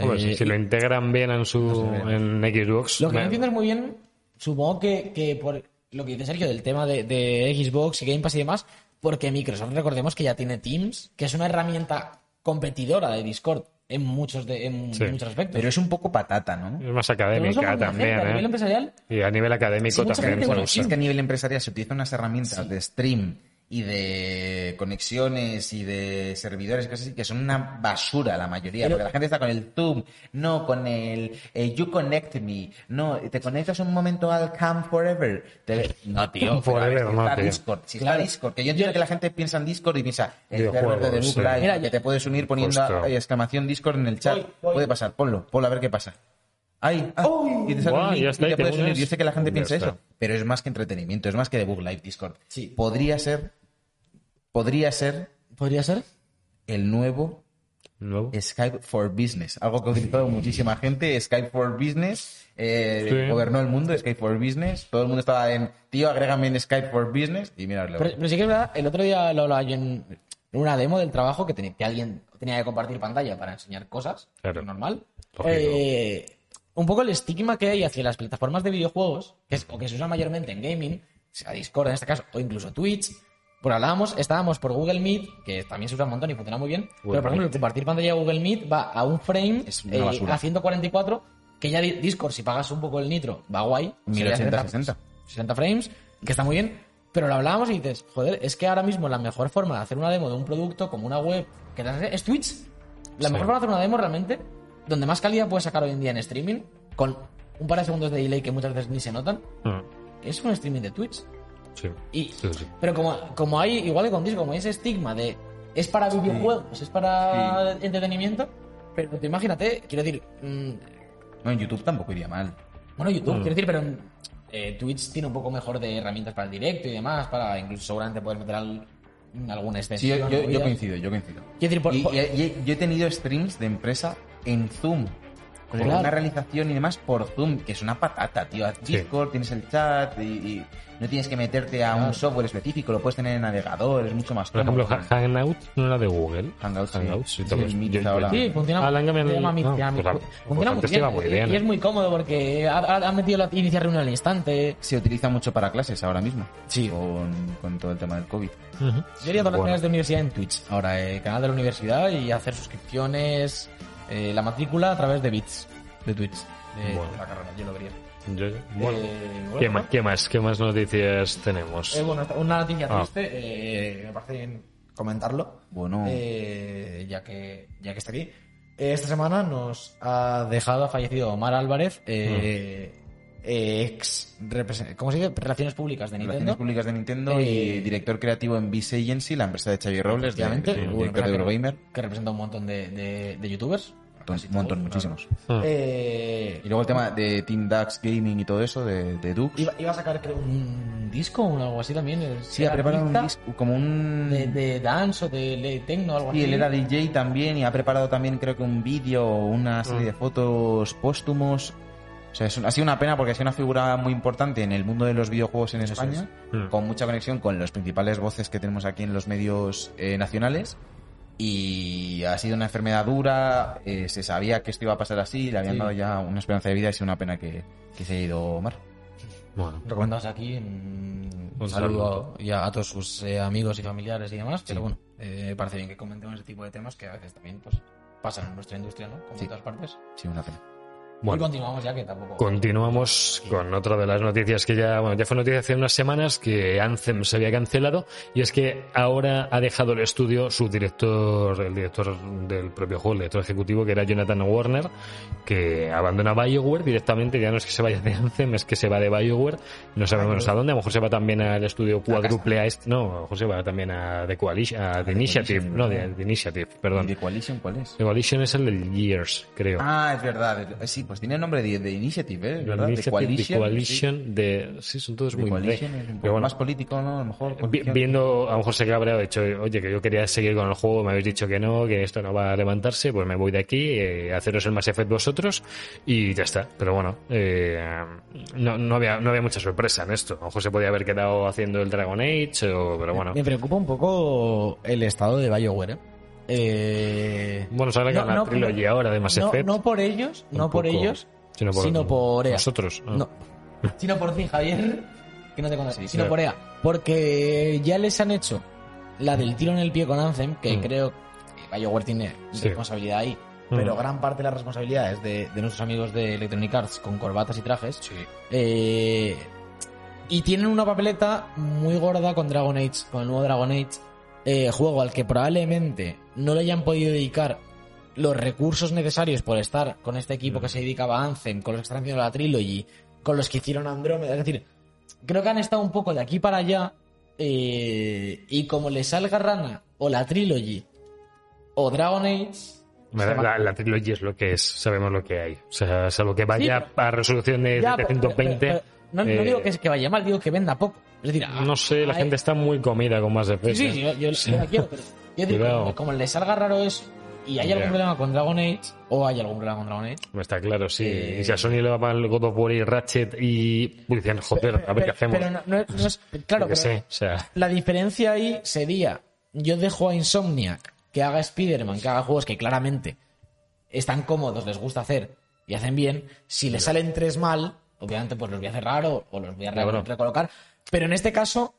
S1: Hombre,
S3: Eh,
S1: si lo integran bien en su en Xbox,
S3: Lo que
S1: me-
S3: no entiendo es muy bien, supongo que, que por lo que dice Sergio del tema de, de Xbox y Game Pass y demás, porque Microsoft, recordemos que ya tiene Teams, que es una herramienta competidora de Discord en muchos, de, en
S1: Sí.
S3: muchos aspectos.
S2: Pero es un poco patata, ¿no?
S1: es más
S3: Pero no somos
S1: académica
S3: mucha gente,
S1: también,
S3: A nivel
S1: ¿eh?
S3: empresarial,
S1: Y a nivel académico
S3: Sí, mucha
S1: también ¿eh?
S3: gente
S1: se
S3: lo
S1: usa.
S2: es que a nivel empresarial se utilizan unas herramientas de stream y de conexiones y de servidores y cosas así que son una basura la mayoría porque la gente está con el Zoom no con el eh, You Connect Me no te conectas un momento al Cam Forever Te- no tío pero a
S1: Forever,
S2: ver, si
S1: no,
S2: está
S1: tío.
S2: Discord si está Discord que yo entiendo que la gente piensa en Discord y piensa el
S1: Videojuegos,
S2: server de
S1: sí.
S2: Google Live,
S3: Mira,
S2: que te puedes unir poniendo
S1: Justo.
S2: eh, exclamación Discord en el chat puede pasar ponlo ponlo a ver qué pasa Ay, ah, y te sale
S1: Guau,
S2: un link
S1: ya
S2: y
S1: está, y
S2: te
S1: te
S2: puedes unir.
S1: unes.
S2: Yo sé que la gente
S1: Ya
S2: piensa
S1: está.
S2: eso, pero es más que entretenimiento, es más que debug live Discord.
S3: Sí.
S2: Podría ser, podría ser
S3: podría ser.
S2: el nuevo
S1: ¿Nuevo?
S2: Skype for Business, algo que ha utilizado muchísima gente. Skype for Business eh,
S1: Sí.
S2: gobernó el mundo, Skype for Business. Todo el mundo estaba en, tío, agrégame en Skype for Business y mira,
S3: Pero, pero sí que es verdad, el otro día lo hablaba yo en en una demo del trabajo que, tenía, que alguien tenía que compartir pantalla para enseñar cosas,
S1: Claro.
S3: normal.
S1: Lógico.
S3: Eh, un poco el estigma que hay hacia las plataformas de videojuegos, que es, o que se usa mayormente en gaming, sea Discord en este caso, o incluso Twitch. Por hablábamos, estábamos por Google Meet, que también se usa un montón y funciona muy bien. pero, por ejemplo, el compartir pantalla de Google Meet va a un frame eh,
S2: Es una basura.
S3: a 144, que ya di- Discord, si pagas un poco el nitro, va guay.
S2: 1080
S3: sería
S2: 60.
S3: 60 frames, que está muy bien, pero lo hablábamos y dices, joder, es que ahora mismo la mejor forma de hacer una demo de un producto como una web que te hace- es Twitch. La
S1: Sí.
S3: mejor forma de hacer una demo realmente, donde más calidad puedes sacar hoy en día en streaming, con un par de segundos de delay que muchas veces ni se notan,
S1: Mm,
S3: es un streaming de Twitch.
S1: Sí.
S3: Y,
S1: Sí, sí.
S3: Pero como, como hay, igual que con Disco, como hay ese estigma de es para videojuegos, es para entretenimiento, pero tú imagínate, quiero decir, mm,
S2: No, en YouTube tampoco iría mal.
S3: bueno, YouTube, quiero decir, pero mm, eh, Twitch tiene un poco mejor de herramientas para el directo y demás, para incluso seguramente poder meter al- alguna
S2: Sí,
S3: extensión.
S2: yo, yo- yo
S3: movidas.
S2: coincido, yo coincido.
S3: Quiero decir, por-
S2: Y-
S3: por-
S2: y- y- yo he tenido streams de empresa en Zoom. Con
S3: Claro.
S2: una realización y demás por Zoom, que es una patata, tío. Haz
S1: Sí.
S2: Discord, tienes el chat y, y no tienes que meterte a un software específico, lo puedes tener en navegador, es mucho más
S1: Por
S2: cómodo.
S1: ejemplo, Ha- Hangout no era de Google.
S2: Hangout, sí.
S1: Hangout, sí.
S2: Sí,
S1: todos-
S2: Meet
S1: yo-
S2: ahora.
S1: yo-
S3: Sí, funciona,
S1: Ah, Langham
S3: se
S1: el-
S3: llama Meet,
S1: ah,
S3: se llama
S1: pues,
S3: Meet.
S1: ah, pues
S3: Funciona muy
S1: antes
S3: bien.
S1: iba muy bien,
S3: Y, y
S1: ¿eh?
S3: es muy cómodo porque ha- ha- han metido la, iniciar reunión al instante.
S2: Se utiliza mucho para clases ahora mismo. Sí. Con, con todo el tema del COVID.
S1: Ujú.
S3: Yo iría a todas las
S1: Bueno.
S3: maneras de universidad en Twitch. Ahora, eh, canal de la universidad y hacer suscripciones, eh, la matrícula a través de bits de Twitch. De
S1: Bueno.
S3: la carrera, yo lo vería.
S1: Yo- bueno.
S3: Eh, bueno,
S1: ¿Qué, más, ¿Qué más? ¿Qué más noticias tenemos?
S3: eh, bueno, una noticia
S1: Ah.
S3: triste, eh, me parece bien comentarlo,
S2: Bueno,
S3: eh, ya, que, ya que está aquí. Eh, Esta semana nos ha dejado, ha fallecido Omar Álvarez, eh, eh, ex represen- ¿cómo se dice? Relaciones públicas de
S2: Relaciones
S3: Nintendo.
S2: Públicas de Nintendo
S3: Eh,
S2: y director creativo en Vice Agency, la empresa de Xavier Robles, de-
S3: Efectivamente,
S2: de-
S3: una
S2: director
S3: persona
S2: de
S3: que-
S2: Eurogamer.
S3: Que representa un montón de, de- de youtubers.
S2: Un montón, muchísimos.
S1: Ah.
S3: Eh,
S2: Y luego el tema de Team Dax Gaming y todo eso, de, de Dux.
S3: Iba, iba a sacar, creo, un disco o algo así también. el-
S2: Sí,
S3: era
S2: ha preparado un
S3: pizza
S2: disco, como un...
S3: De, de dance o de, de techno o algo
S2: Sí,
S3: así.
S2: él era DJ también y ha preparado también creo que un vídeo o
S3: Mm.
S2: una serie de fotos póstumos. O sea, es un- ha sido una pena porque ha sido una figura muy importante en el mundo de los videojuegos en España,
S1: Mm.
S2: con mucha conexión con las principales voces que tenemos aquí en los medios eh, nacionales. Y ha sido una enfermedad dura, eh, se sabía que esto iba a pasar así, le habían dado ya una esperanza de vida y ha sido una pena que, que se haya ido Omar.
S1: Bueno.
S3: Recomendamos aquí un,
S1: Un
S3: saludo,
S1: saludo.
S3: y a, a todos sus eh, amigos y familiares y demás. Pero bueno, eh, me parece bien que comentemos ese tipo de temas que a veces también pues, pasan en nuestra industria, ¿no? Como
S2: Sí.
S3: en todas partes.
S2: Sí, una pena.
S3: Y
S1: Bueno.
S3: continuamos ya que tampoco...
S1: Continuamos con otra de las noticias que ya, bueno, ya fue noticia hace unas semanas que Anthem se había cancelado y es que ahora ha dejado el estudio su director, el director del propio juego, el director ejecutivo que era Jonathan Warner, que abandona BioWare directamente, ya no es que se vaya de Anthem, es que se va de BioWare, no sabemos a dónde, a lo mejor se va también al estudio cuádruple A, este- no, a lo mejor se va también a The, Coalition, a The Initiative, no, de, de Initiative,
S2: ¿Y
S1: perdón.
S2: de Coalition cuál es?
S1: The Coalition es el del Years, creo.
S2: Ah, es verdad. Sí, pues tiene nombre de, de Initiative, ¿eh? Es
S1: The
S2: ¿verdad?
S1: Initiative,
S2: de Coalition.
S1: The Coalition, de... Sí, son todos
S2: sí.
S1: muy...
S2: De Coalition
S1: de-
S2: es un poco
S1: pero bueno,
S2: más político, ¿no? A lo mejor.
S1: vi-
S2: coalición.
S1: viendo a lo mejor se cabrea, he dicho, oye, que yo quería seguir con el juego, me habéis dicho que no, que esto no va a levantarse, pues me voy de aquí, eh, haceros el Mass Effect vosotros y ya está. Pero bueno, eh, no, no, había, no había mucha sorpresa en esto. A lo mejor se podía haber quedado haciendo el Dragon Age, o, pero bueno.
S3: Me preocupa un poco el estado de BioWare. ¿eh? Eh,
S1: Bueno, se ha
S3: No,
S1: la
S3: no,
S1: trilogy ahora de Mass
S3: no,
S1: Effect.
S3: no por ellos, no por
S1: Tampoco.
S3: ellos,
S1: sino por,
S3: sino por EA.
S1: nosotros. ah.
S3: No. Sino por ti, Javier. Que no te conozco. sino
S1: claro.
S3: por EA. Porque ya les han hecho la del tiro en el pie con Anthem, que
S1: Mm.
S3: creo que BioWare tiene
S1: Sí.
S3: responsabilidad ahí.
S1: Mm.
S3: Pero gran parte de la responsabilidad es de, de nuestros amigos de Electronic Arts con corbatas y trajes. Eh, y tienen una papeleta muy gorda con Dragon Age, con el nuevo Dragon Age, eh, juego al que probablemente no le hayan podido dedicar los recursos necesarios por estar con este equipo
S1: Mm.
S3: que se dedicaba a Anthem, con los que están haciendo la trilogy, con los que hicieron Andrómeda. Es decir, creo que han estado un poco de aquí para allá eh, y como le salga Rana o la trilogy o Dragon Age,
S1: Me da- La, la trilogy es lo que es, sabemos lo que hay. O sea, salvo que vaya
S3: Sí,
S1: a resolución de
S3: Ya, pero-
S1: 720.
S3: pero- pero- no, no
S1: eh,
S3: digo que, que vaya mal, digo que venda poco. Es decir, a-
S1: No sé, la
S3: a-
S1: gente está muy comida con más
S3: Sí,
S1: Effect.
S3: sí,
S1: ¿eh?
S3: yo, yo- yo la quiero, pero. Yo digo,
S1: Cuidado.
S3: como, como le salga raro eso y hay
S1: Ya.
S3: algún problema con Dragon Age, o hay algún problema con Dragon Age.
S1: Está claro, sí.
S3: Eh,
S1: Y si a Sony le va mal God of War y Ratchet y... pues Dicen, joder, a ver qué hacemos.
S3: Pero no, no es- no es- Claro,
S1: Yo qué
S3: pero
S1: sé, o sea...
S3: la diferencia ahí sería: yo dejo a Insomniac que haga Spider-Man, que haga juegos que claramente están cómodos, les gusta hacer y hacen bien. Si les salen tres mal, obviamente, pues los voy a cerrar o, o los voy a
S1: Claro.
S3: recolocar. Pero en este caso,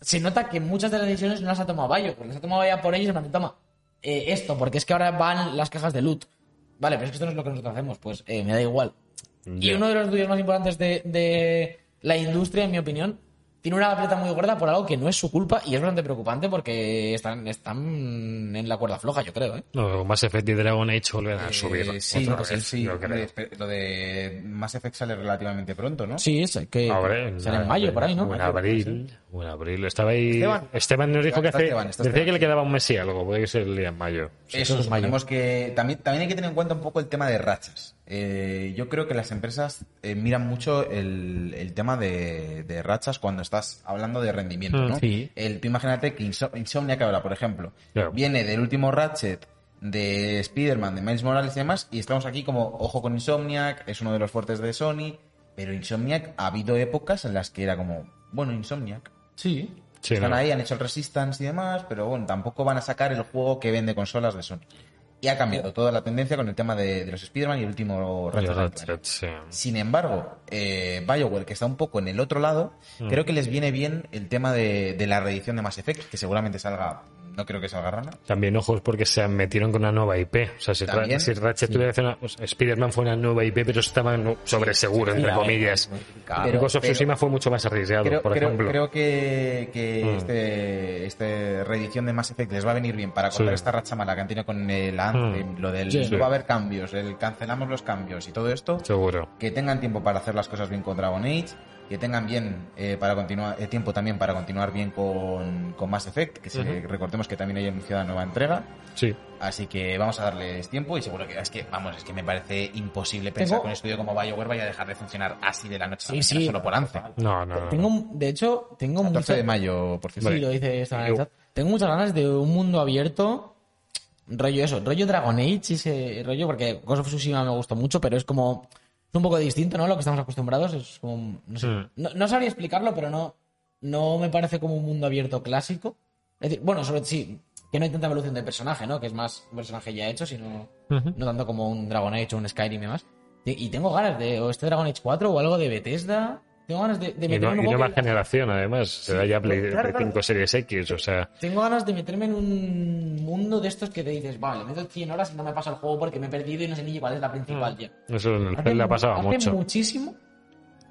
S3: se nota que muchas de las decisiones no las ha tomado Bayo, porque las ha tomado Bayo por ellos y en plan, toma eh, esto, porque es que ahora van las cajas de loot. Vale, pero es que esto no es lo que nosotros hacemos, pues eh, me da igual. Y
S1: ya.
S3: uno de los estudios más importantes de, de, la industria, en mi opinión, tiene una aprieta muy gorda por algo que no es su culpa y es bastante preocupante porque están, están en la cuerda floja, yo creo, ¿eh?
S1: No, Mass Effect y Dragon Age volverán a subir.
S2: Eh, sí,
S1: otra
S2: no, sí,
S1: vez,
S2: sí.
S1: yo
S2: Lo
S1: creo.
S3: eh,
S2: de, lo de Mass Effect sale relativamente pronto, ¿no?
S3: Sí, es que
S1: Ahora,
S3: será en mayo, por ahí, ¿no?
S1: o en abril. o en abril. Estaba ahí. Esteban,
S2: Esteban.
S1: nos dijo
S2: Está
S1: que hace-
S2: Esteban, está
S1: decía
S2: Esteban,
S1: que le
S2: sí.
S1: quedaba un mes y algo. Puede que sea el día en mayo.
S2: Eso, suponemos que también, también hay que tener en cuenta un poco el tema de rachas. Eh, yo creo que las empresas eh, miran mucho el, el tema de, de rachas cuando estás hablando de rendimiento,
S1: Mm,
S2: ¿no?
S1: sí.
S2: El, tú imagínate que Inso- Insomniac ahora, por ejemplo,
S1: Claro.
S2: viene del último Ratchet de Spider-Man, de Miles Morales y demás, y estamos aquí como, ojo con Insomniac, es uno de los fuertes de Sony, pero Insomniac ha habido épocas en las que era como, bueno, Insomniac,
S3: Sí.
S1: Sí,
S2: están
S1: no.
S2: ahí, han hecho el Resistance y demás, pero bueno, tampoco van a sacar el juego que vende consolas de Sony. Y ha cambiado toda la tendencia con el tema de, de los Spider-Man y el último Ratchet
S1: Yo,
S2: and Clank.
S1: Ratchet, sí.
S2: Sin embargo, eh, BioWare, que está un poco en el otro lado, creo que les viene bien el tema de, de la reedición de Mass Effect, que seguramente salga, no creo que salga rana.
S1: También ojos porque se metieron con una nueva IP. O sea, si, Ra-
S2: También.
S1: si Ratchet tuviera que hacer una. o sea, Spider-Man fue una nueva IP, pero estaba no- sobre seguro, entre comillas.
S2: claro,
S1: Ghost of
S2: pero-
S1: Tsushima fue mucho más arriesgado,
S2: Creo,
S1: por
S2: creo-
S1: ejemplo.
S2: creo que, que
S1: Mm.
S2: este, este reedición de Mass Effect les va a venir bien para cortar
S1: Sí. Mm.
S2: esta racha mala que han tenido con el Anthem, lo del
S1: Sí.
S2: no va a haber cambios, el cancelamos los cambios y todo esto.
S1: Seguro.
S2: que tengan tiempo para hacer las cosas bien con Dragon Age, que tengan bien eh, para continuar eh, tiempo también para continuar bien con, con Mass Effect, que se-
S1: Ujú.
S2: recordemos que también hay anunciada nueva entrega,
S1: Sí.
S2: así que vamos a darles tiempo y seguro que es que vamos, es que me parece imposible pensar
S3: Tengo-
S2: que un estudio como BioWare vaya a dejar de funcionar así de la noche a la
S3: Sí,
S2: mañana
S3: sí.
S2: solo por Anthem.
S1: No, no, no.
S3: Tengo, un- de hecho, tengo
S2: 14 de
S3: mucho-
S2: mayo, por
S3: Sí,
S2: cierto.
S3: lo dice esta en
S1: Yo-
S3: el chat. Tengo muchas ganas de un mundo abierto. Rollo eso, rollo Dragon Age, y ese rollo, porque Ghost of Tsushima me gustó mucho, pero es como. Es un poco distinto, ¿no? Lo que estamos acostumbrados. Es como. No, sé.
S1: Mm.
S3: No- no sabría explicarlo, pero no. No me parece como un mundo abierto clásico. Es decir, bueno, sobre sí, que no hay tanta evolución de personaje, ¿no? Que es más un personaje ya hecho, sino.
S1: Ujú.
S3: No tanto como un Dragon Age o un Skyrim y demás. Y y tengo ganas de. O este Dragon Age 4 o algo de Bethesda. Tengo ganas de, de
S1: Y,
S3: meterme
S1: no,
S3: en
S1: y
S3: un juego
S1: nueva
S3: que-
S1: generación, además. Se da ya Play,
S3: claro,
S1: Play
S3: claro.
S1: 5 Series X, o sea.
S3: Tengo ganas de meterme en un mundo de estos que te dices, vale, meto 100 horas y no me pasa el juego porque me he perdido y no sé ni cuál es la
S1: Mm.
S3: principal, tío.
S1: Eso en el
S3: Hace
S1: Zelda
S3: mu-
S1: pasaba
S3: hace
S1: mucho.
S3: muchísimo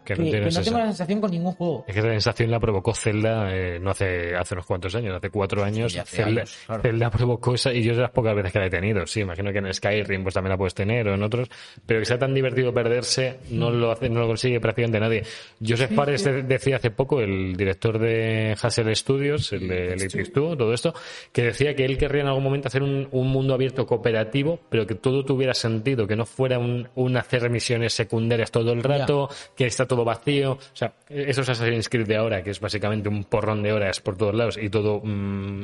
S1: que
S3: que,
S1: no
S3: que
S1: tienes
S3: no
S1: esa.
S3: tengo la sensación con ningún juego.
S1: Es que esa sensación la provocó Zelda eh, no hace, hace unos cuantos años, hace cuatro años.
S2: hace
S1: Zelda,
S2: años, claro.
S1: Zelda provocó esa, y yo es de las pocas veces que la he tenido. Sí, imagino que en Skyrim pues también la puedes tener o en otros, pero que sea tan divertido perderse, no lo hace, no lo consigue prácticamente nadie. Joseph Fares de- decía hace poco, el director de Hassel Studios, el de Elitist todo esto, que decía que él querría en algún momento hacer un, un mundo abierto cooperativo, pero que todo tuviera sentido, que no fuera un, un hacer misiones secundarias todo el rato, que está todo vacío. O sea, esos Assassin's Creed de ahora, que es básicamente un porrón de horas por todos lados y todo mm,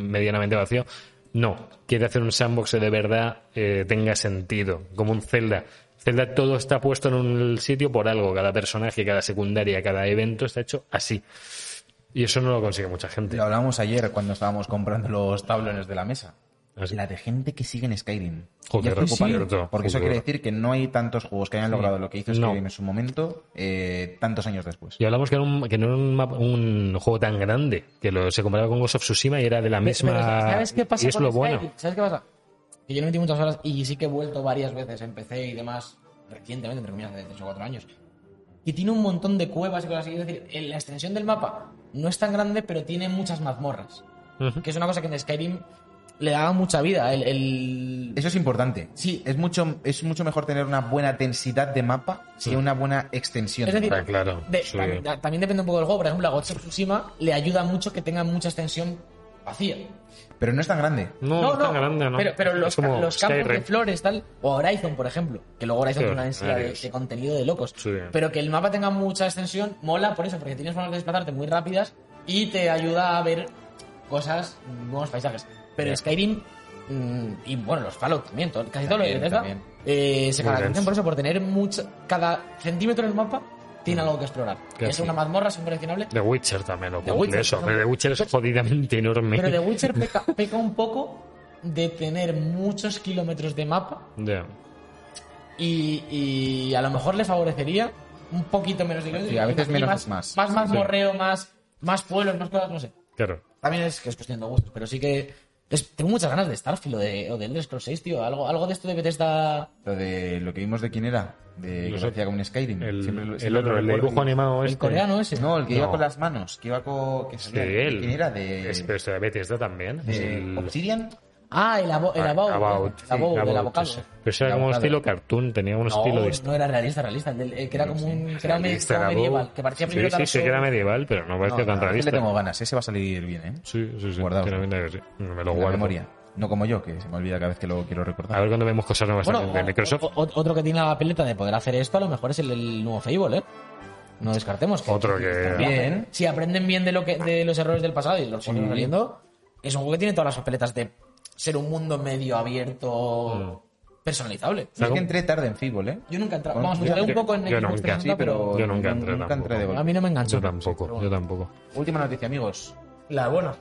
S1: medianamente vacío, no. Quiere hacer un sandbox que de verdad eh, tenga sentido, como un Zelda. Zelda todo está puesto en un sitio por algo, cada personaje, cada secundaria, cada evento está hecho así. Y eso no lo consigue mucha gente.
S2: Lo hablábamos ayer cuando estábamos comprando los tablones de la mesa.
S1: Así.
S2: La de gente que sigue en Skyrim.
S1: Joder,
S2: Y es preocupante,
S1: sí. cierto,
S2: Porque eso
S1: joder.
S2: quiere decir que no hay tantos juegos que hayan logrado lo que hizo
S1: No.
S2: Skyrim en su momento, eh, tantos años después.
S1: Y hablamos que, era un- que no era un, mapa- un juego tan grande, que lo, se comparaba con Ghost of Tsushima y era de la
S3: Pe-
S1: misma.
S3: pero ¿Sabes qué pasa?
S1: y es
S3: con
S1: lo
S3: Skyrim?
S1: bueno.
S3: ¿Sabes qué pasa? Que yo le metí muchas horas y sí que he vuelto varias veces. Empecé y demás recientemente, entre comillas, hace 3 o 4 años. Y tiene un montón de cuevas y cosas así. Es decir, en la extensión del mapa no es tan grande, pero tiene muchas mazmorras.
S1: Ujú.
S3: Que es una cosa que en Skyrim le daba mucha vida. El, el-
S2: Eso es importante.
S3: Sí.
S2: es mucho, es mucho mejor tener una buena densidad de mapa que una buena extensión.
S3: Es decir,
S1: Está Ah, claro.
S3: de-
S1: sí.
S3: tam- da- también depende un poco del juego. Por ejemplo, a Ghost of Tsushima le ayuda mucho que tenga mucha extensión vacía.
S2: Pero no es tan grande.
S1: No, no, es tan grande, ¿no?
S3: Pero, pero
S1: Es
S3: los,
S1: como
S3: los campos
S1: Skyrim.
S3: de flores, tal. O Horizon, por ejemplo. Que luego Horizon
S1: Sí,
S3: tiene una densidad de,
S1: varios.
S3: de contenido de locos.
S1: Sí.
S3: Pero que el mapa tenga mucha extensión mola por eso, porque tienes formas de desplazarte muy rápidas y te ayuda a ver cosas, nuevos paisajes. Pero Skyrim. mm, Y bueno, los Fallout también, todo- casi todo lo de
S2: También,
S3: Bethesda,
S2: también.
S3: eh, se
S1: Muy denso.
S3: caracterizan por eso, por tener mucho. Cada centímetro del mapa tiene algo que explorar.
S1: Mm. Que
S3: es
S1: sí.
S3: una mazmorra, es un coleccionable,
S1: The Witcher también lo
S3: The
S1: cumple
S3: Witcher,
S1: eso.
S3: por
S1: Pero The
S3: ejemplo.
S1: Witcher es jodidamente enorme.
S3: Pero The Witcher peca, peca un poco de tener muchos kilómetros de mapa
S1: Ya.
S3: y, y a lo mejor le favorecería un poquito menos de kilómetros.
S2: Sí, a veces
S3: y
S2: menos
S3: más,
S2: es más.
S3: Más, más morreo, más, más pueblos, más cosas, no sé.
S1: Claro.
S3: También es que es cuestión de gustos, pero sí que Entonces, tengo muchas ganas de Starfield o de, o de Elder Scrolls 6, tío. Algo, algo de esto de Bethesda.
S2: Lo de lo que vimos de quién era, de que
S1: Los-
S2: parecía como un Skyrim.
S1: El,
S2: Siempre Mm, lo-
S1: el
S2: siempre
S1: otro,
S2: lo
S1: el
S2: recuerdo.
S1: dibujo animado
S3: El
S1: este.
S3: coreano ese.
S2: No, el que iba
S1: No.
S2: con las manos, que iba con... Que
S1: Sí,
S2: salía-
S1: de él.
S2: ¿Quién era? De...
S1: Es, pero esto de Bethesda también. Es
S2: de
S1: el-
S2: Obsidian.
S3: Ah, el, abo, el
S1: Ah,
S3: About.
S1: About,
S3: El About,
S1: sí,
S3: el
S1: About,
S3: abocado.
S1: ese. Pero eso era como un
S2: Abocado.
S1: estilo cartoon, tenía un
S3: No,
S1: estilo este. distinto.
S3: no era realista, realista. El, del- el que era como un. Que era me-
S1: Realista,
S2: Este
S3: como
S1: era
S3: medieval.
S1: bobo.
S3: Que parecía
S1: sí,
S3: primero
S1: Sí,
S3: Dark
S1: sí, que era
S3: Souls.
S1: medieval, pero no parecía
S2: No,
S1: tan
S2: no, es que
S1: realista.
S2: le tengo ganas, ese va a salir bien, ¿eh?
S1: Sí, sí, sí.
S2: Guardado.
S1: tiene pinta de que sí. Me lo
S2: La
S1: guardo.
S2: memoria. No como yo, que se me olvida cada vez que lo quiero recordar.
S1: A ver cuando vemos cosas nuevas
S3: Bueno,
S1: de
S3: o-
S1: Microsoft.
S3: o- o- otro que tiene la peleta de poder hacer esto, a lo mejor es el, el nuevo Fable, ¿eh? No descartemos que.
S1: Otro que-
S3: Bien. Si aprenden bien de, lo que, de los errores del pasado y los siguen saliendo, es un juego que tiene todas las peletas de ser un mundo medio abierto, personalizable.
S2: Yo es que entré tarde en Fíbol, ¿eh?
S3: Yo nunca he entrado.
S2: Bueno,
S3: Vamos,
S2: yo-
S3: entré un
S1: Mm. yo-
S3: poco en
S1: yo
S3: Xbox
S1: nunca,
S3: 360,
S2: Sí, pero,
S1: yo nunca entré
S2: nunca entré de
S1: tampoco.
S2: golpe.
S3: A mí no me enganchó.
S1: Yo tampoco, yo tampoco.
S2: Última noticia, amigos.
S1: Ah,
S3: La buena.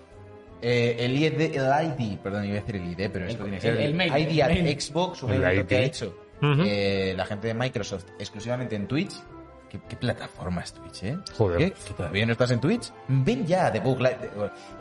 S2: Eh, el, ID, el ID, perdón, iba a decir el ID, pero eso tiene que ser
S3: el- el mail,
S2: ID
S3: el mail.
S2: at Xbox, un
S1: El
S2: evento que ha
S1: ID.
S2: hecho
S1: Ujú.
S2: eh, la gente de Microsoft exclusivamente en Twitch. ¿Qué, qué plataforma es Twitch, eh?
S1: Joder.
S2: ¿Qué? ¿Que ¿Todavía no estás en Twitch? Ven ya, de Bug Life.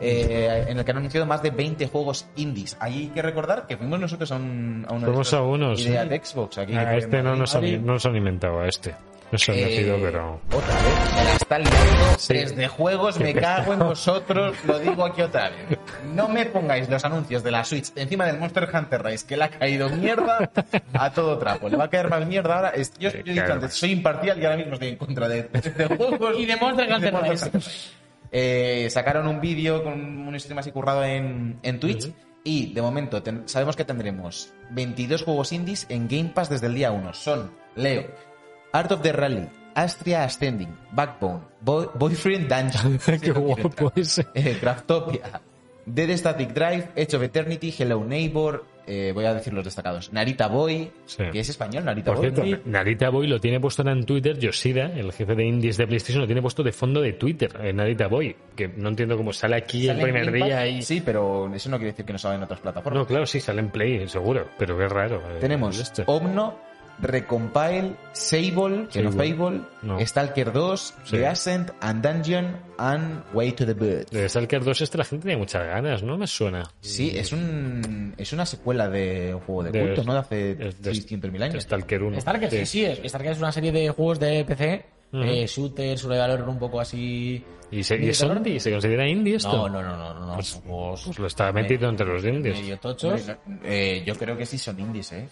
S2: Eh, en el que han anunciado más de 20 juegos indies. Hay que recordar que fuimos nosotros a un, a uno
S1: Fuimos
S2: de estos
S1: a unos,
S2: ID
S1: sí.
S2: at Xbox. Aquí que
S1: A
S2: fue
S1: este
S2: en
S1: no nos,
S2: Madrid.
S1: han, no nos han inventado, a este. No se han
S2: Eh,
S1: metido, pero.
S2: Otra vez, me la está liando
S1: Sí.
S2: desde juegos, me cago en vosotros, lo digo aquí otra vez. No me pongáis los anuncios de la Switch encima del Monster Hunter Rise, que le ha caído mierda a todo trapo. Le va a caer más mierda ahora. Es- Yo, yo he dicho
S1: Claro.
S2: antes, soy imparcial y ahora mismo estoy en contra de, de juegos.
S3: Y de Monster Hunter
S2: Monster
S3: Rise.
S2: Hunter Eh, sacaron un vídeo con un stream así currado en, en Twitch. Y de momento ten- sabemos que tendremos 22 juegos indies en Game Pass desde el día 1. Son Leo, Art of the Rally, Astria Ascending, Backbone, Bo- Boyfriend Dungeon.
S1: Qué guapo ese.
S2: Eh, Craftopia, Dead Static Drive, Edge of Eternity, Hello Neighbor. eh, voy a decir los destacados. Narita Boy,
S1: Sí.
S2: que es español, Narita
S1: Por
S2: Boy.
S1: cierto,
S2: Sí.
S1: Narita Boy lo tiene puesto ahora en Twitter, Yoshida, el jefe de indies de PlayStation, lo tiene puesto de fondo de Twitter, eh, Narita Boy, que no entiendo cómo sale aquí
S2: Sale
S1: el
S2: en
S1: primer
S2: Game Pass.
S1: día y...
S2: Sí, pero eso no quiere decir que no salga en otras plataformas.
S1: No, claro, sí, sale en Play, seguro, pero qué raro. eh,
S2: Tenemos
S1: este.
S2: Omno, Recompile, Sable, que no es
S1: Sable.
S2: Fable,
S1: No.
S2: Stalker 2,
S1: Sí.
S2: The Ascent, and Dungeon, and Way to the Bird.
S1: De Stalker 2 este la gente tiene muchas ganas, ¿no? Me suena.
S2: Sí, es un es una secuela de un juego de,
S1: De-
S2: culto, ¿no? De hace
S1: es de-
S2: 600.000 años.
S1: Stalker 1.
S3: Starker, sí, sí. es- Starker es una serie de juegos de PC, eh, shooter, survival horror, un poco así.
S1: ¿Y, se, y es
S3: ¿Terror?
S1: indie? ¿Se considera indie esto?
S3: No, no, no, no, no. no,
S1: Pues-
S3: son juegos
S1: Pues lo está metido entre los indies.
S3: medio
S2: Hombre,
S3: tochos.
S2: no- eh, yo creo que sí son indies, ¿eh?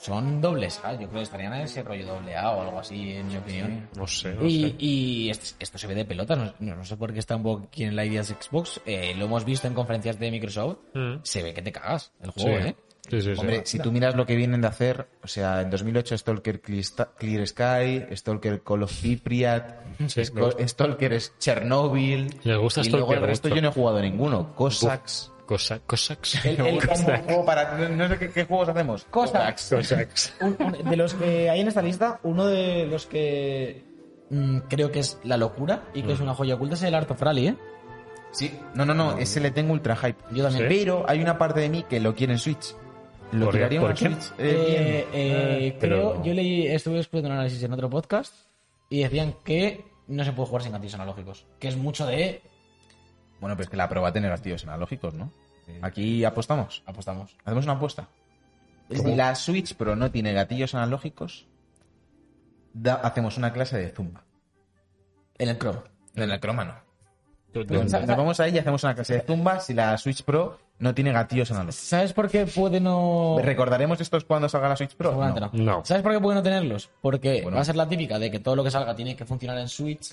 S3: Son dobles, A, yo creo que estarían en ese rollo doble A o algo así, en mi opinión.
S1: No sé, no
S3: Y,
S1: sé.
S3: y esto, esto se ve de pelota, no, no- no sé por qué está un poco aquí en la idea de Xbox. eh, lo hemos visto en conferencias de Microsoft.
S1: Mm.
S3: Se ve que te cagas el
S1: Sí.
S3: juego, ¿eh?
S1: Sí, sí, sí.
S2: Hombre, si tú miras lo que vienen de hacer, o sea, en 2008 Stalker Clista- Clear Sky, Stalker Call of Cypriot,
S1: Sí,
S2: Sco-
S1: me gusta.
S2: Stalker es Chernobyl.
S1: Les gusta
S2: y luego
S1: Stalker
S2: el resto
S1: mucho.
S2: yo no he jugado a ninguno. Cossacks.
S1: Cosa, Cossacks.
S2: El, el- un juego para- no- No sé qué, qué juegos hacemos.
S3: Cossacks.
S1: Cossacks.
S3: Un- un- de los que hay en esta lista, uno de los que mm, creo que es la locura y
S1: Mm.
S3: que es una joya oculta es el Art of Rally, ¿eh?
S2: Sí. No, no, no. Ese le tengo ultra hype.
S3: Yo también.
S1: Sí.
S2: Pero hay una parte de mí que lo quiere en Switch. Lo
S1: ¿Por qué?
S2: tiraría
S1: ¿Por
S2: en
S1: qué?
S2: Switch.
S3: Eh, eh,
S1: ah, pero
S3: creo,
S1: no.
S3: yo leí, estuve escuchando un análisis en otro podcast y decían que no se puede jugar sin gatillos analógicos, que es mucho de
S2: Bueno, pues que la prueba tener activos analógicos, ¿no? Aquí apostamos.
S3: apostamos.
S2: Hacemos una apuesta. Si la Switch Pro no tiene gatillos analógicos, da- hacemos una clase de zumba.
S3: En el Chrome.
S2: En el croma no.
S1: Cossacks.
S2: Nos nos vamos ahí y hacemos una clase de zumba si la Switch Pro no tiene gatillos analógicos.
S3: ¿Sabes por qué puede no
S2: ¿Recordaremos estos cuando salga la Switch Pro?
S3: Oh. Seguramente no.
S1: No.
S3: ¿Sabes por qué puede no tenerlos? Porque
S2: Bueno.
S3: va a ser la típica de que todo lo que salga tiene que funcionar en Switch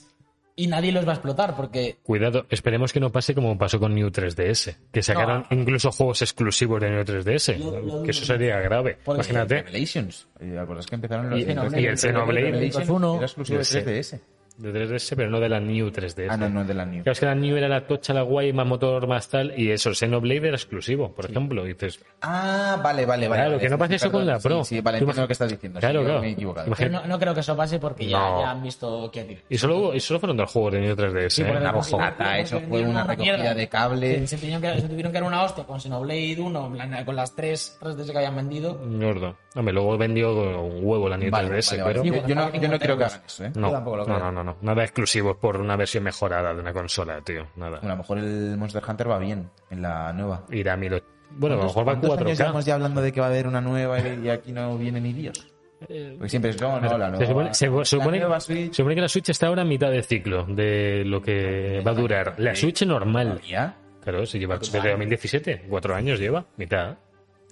S3: y nadie los va a explotar porque
S1: Cuidado, esperemos que no pase como pasó con New 3DS, que sacaron incluso juegos exclusivos de New 3DS,
S3: Yo- yo-
S1: que eso sería grave.
S3: Porque-
S1: Imagínate.
S2: Revelations. Eh, ¿te acuerdas que empezaron los
S1: Y-
S2: Xenoblade?
S1: y el Xenoblade.
S2: Revelations
S3: Uno.
S2: Era exclusivo de
S1: Yo sé.
S2: 3DS.
S1: De 3DS, pero no de la New 3DS.
S2: Ah, no, no, de la New.
S1: Claro, es que la New era la tocha, la guay, más motor, más tal, y eso, Xenoblade era exclusivo, por ejemplo. Y dices,
S2: Ah, vale, vale, vale.
S1: Claro,
S2: vale.
S1: que no pase eso
S2: Perdón,
S1: con la Pro.
S2: Sí, sí, vale,
S1: Tú
S2: entiendo
S1: imag-
S2: lo que estás diciendo. sí,
S1: Claro,
S2: yo
S1: claro.
S2: Me he equivocado.
S1: Imagínate.
S3: pero no, no creo que eso pase porque ya,
S1: No.
S3: ya han visto qué decir.
S1: y solo, y solo fueron dos juegos de New 3DS. ¿eh?
S3: porque
S2: Una
S3: no-
S2: bojata, eso fue una recogida de
S3: Se,
S2: cable.
S3: se tuvieron que, se tuvieron que dar una hostia con Xenoblade 1, en plan, con las tres 3 que habían vendido.
S1: Gordo. Hombre, luego vendió un huevo la Nintendo DS, pero...
S2: Yo, yo no, yo no creo que hagan eso, ¿eh?
S1: No,
S2: tampoco lo
S1: no,
S2: creo.
S1: no, no, no. Nada exclusivos por una versión mejorada de una consola, tío. Nada.
S2: Bueno, a lo mejor el Monster Hunter va bien en la nueva.
S1: Ir a 1000. Bueno, a lo mejor va a
S2: ¿Cuántos años
S1: 4K.
S2: llevamos ya hablando de que va a haber una nueva y, y aquí no viene ni Dios? Porque siempre es, no, no, la nueva.
S1: Se supone, se- se supone-
S2: la nueva
S1: se
S2: Switch.
S1: supone que la Switch está ahora a mitad de ciclo de lo que va a durar. La Switch normal.
S2: ¿Ya?
S1: Claro, se lleva desde 2017. Cuatro años lleva, mitad.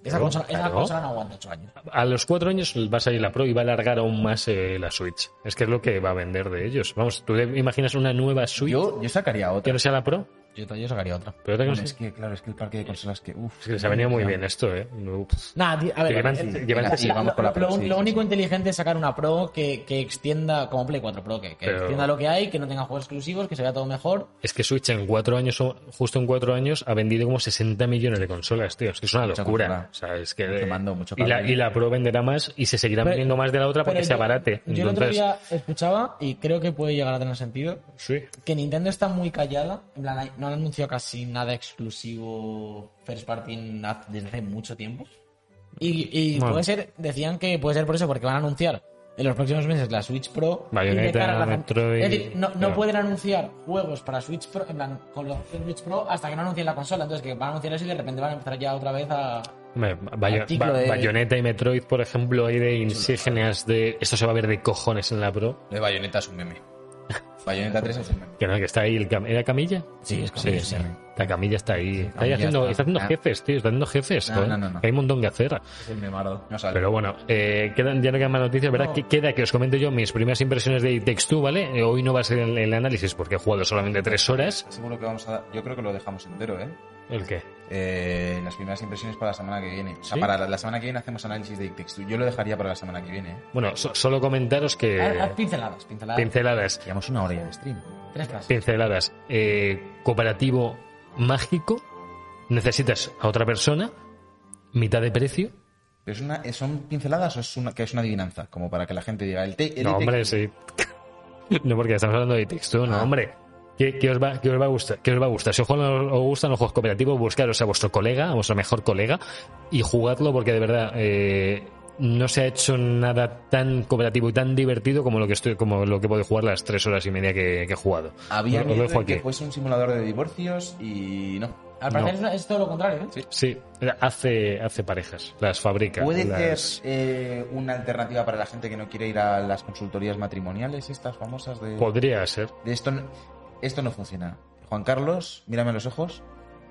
S3: Esa,
S1: Claro,
S3: consola, esa
S1: claro.
S3: consola no aguanta 8 años.
S1: A los cuatro años va a salir la Pro y va a alargar aún más eh, la Switch. Es que es lo que va a vender de ellos. Vamos, ¿tú te imaginas una nueva Switch
S2: Yo, yo sacaría
S1: que
S2: otra.
S1: no sea la Pro?
S3: Yo, yo sacaría otra.
S1: Pero otra que no
S2: Bueno,
S1: sea-
S2: es que, claro, es que el parque de consolas que. Uf,
S1: Es que les ha venido muy bien esto, ¿eh? Ups.
S3: Nada, tío, a ver.
S1: Llevan-
S3: el-
S1: llevan-
S3: la-
S2: sí,
S3: la-
S2: vamos con la
S3: lo-
S2: Pro,
S3: lo
S2: sí,
S3: lo
S2: sí,
S3: único
S2: sí.
S3: inteligente es sacar una Pro que, que extienda, como Play 4 Pro, que, que
S1: Pero-
S3: extienda lo que hay, que no tenga juegos exclusivos, que se vea todo mejor.
S1: Es que Switch en cuatro años, o- justo en cuatro años, ha vendido como 60 millones de consolas, tío. Es que es una
S2: Mucha
S1: locura.
S2: consola.
S1: O sea, es que.
S2: Mucho mando, mucho
S1: y, la,
S2: cable.
S1: y la Pro venderá más y se seguirá
S3: Pero-
S1: vendiendo más de la otra
S3: Pero
S1: porque se abarate.
S3: Yo el otro
S1: Entonces,
S3: día escuchaba, y creo que puede llegar a tener sentido,
S1: sí.
S3: que Nintendo está muy callada. En plan, no han anunciado casi nada exclusivo first party en- desde hace mucho tiempo. Y, y
S1: Bueno.
S3: puede ser, decían que puede ser por eso, porque van a anunciar en los próximos meses la Switch Pro. y de
S1: Bayonetta,
S3: cara a la-
S1: Metroid,
S3: Es decir, no, no
S1: claro.
S3: pueden anunciar juegos para Switch Pro, en plan, con los de Switch Pro hasta que no anuncien la consola. Entonces, que van a anunciar eso y de repente van a empezar ya otra vez a.
S1: Hombre, Bayo-
S3: Artículo
S1: Ba-
S3: de-
S1: Bayonetta y Metroid, por ejemplo, hay de insígnias de. Esto se va a ver de cojones en la Pro.
S2: Lo de Bayonetta es un meme. Bayonetta 3 es un meme.
S1: Que no, que está ahí. el cam- ¿Era Camilla?
S3: Sí, es
S1: Sí, sí. La Camilla está ahí. está ahí
S2: Camilla
S1: haciendo,
S2: está-
S1: está haciendo
S2: ah.
S1: jefes, tío. Está haciendo jefes.
S2: No,
S1: joder,
S2: no, no, no.
S1: que hay un montón que hacer.
S2: Es el memardo. No sale.
S1: Pero bueno, eh, quedan, ya no quedan más noticias, ¿verdad? Que- Queda que os comente yo mis primeras impresiones de Text 2, ¿vale? Eh, Hoy no va a ser el, el análisis porque he jugado solamente tres horas.
S2: Seguro que vamos a dar- Yo creo que lo dejamos entero, ¿eh?
S1: ¿El qué?
S2: Eh, las primeras impresiones para la semana que viene. O sea,
S1: ¿Sí?
S2: para la, la semana que viene hacemos análisis de Ictex. Yo lo dejaría para la semana que viene. ¿eh?
S1: Bueno, so- solo comentaros
S3: Haz- haz
S1: que...
S3: pinceladas, pinceladas.
S1: Pinceladas.
S2: Llevamos una hora ya de stream.
S3: Tres frases.
S1: pinceladas. Eh, cooperativo mágico. Necesitas a otra persona. Mitad de precio.
S2: ¿Pero es una, ¿Son pinceladas o es una, que es una adivinanza? Como para que la gente diga el, te, el
S1: No,
S2: Ictex-
S1: hombre, sí. No, porque estamos hablando de texto, no,
S2: Ah.
S1: hombre. ¿Qué, qué os va, qué os va a gustar? ¿Qué os va a gustar? Si os, juegan- os gustan los juegos cooperativos, buscaros a vuestro colega, a vuestro mejor colega, y jugadlo porque de verdad eh, no se ha hecho nada tan cooperativo y tan divertido como lo que estoy, como lo que puedo jugar las tres horas y media que, que he jugado.
S2: Había
S1: Os lo
S2: miedo
S1: dejo
S2: de que
S1: aquí.
S2: fuese un simulador de divorcios y no.
S3: Al
S1: No.
S3: parecer es una- es, todo lo contrario, ¿eh?
S1: Sí, hace, hace parejas, las fabrica.
S2: ¿Puede
S1: las-
S2: ser eh, una alternativa para la gente que no quiere ir a las consultorías matrimoniales estas famosas de...
S1: Podría ser.
S2: de esto, no- esto no funciona. Juan Carlos, mírame a los ojos.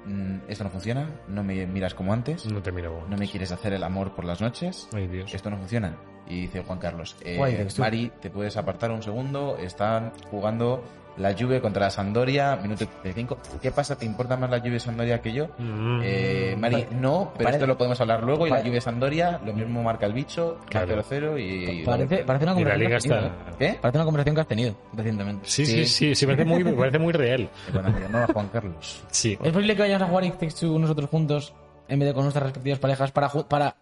S2: Mm, esto no funciona. No me miras como antes.
S1: No te miro.
S2: No me quieres hacer el amor por las noches.
S1: Mm. Ay, Dios.
S2: Esto no funciona. Y dice Juan Carlos, eh,
S3: Guay, Dex, tú.
S2: Mari, te puedes apartar un segundo. Están jugando la Juve contra la Sandoria, minuto 35. ¿Qué pasa? ¿Te importa más la Juve Sandoria que yo?
S1: Mm.
S2: Eh, Mari, no, pero
S3: Parece-
S2: esto lo podemos hablar luego. Y la
S3: Pare-
S2: Juve Sandoria, lo mismo marca el bicho, va
S1: Claro.
S2: 0-0 y... y-
S3: Parece, parece una
S1: Y la
S3: conversación
S1: liga
S3: que has tenido,
S1: está.
S3: ¿eh?
S2: ¿Qué?
S3: Parece una conversación que has tenido recientemente.
S1: Sí, sí, sí, sí, parece muy, parece muy real.
S2: Cuando me llamaba Juan Carlos.
S1: Sí.
S3: ¿Es posible que vayamos a jugar It Takes Two nosotros juntos en vez de con nuestras respectivas parejas para, ju- para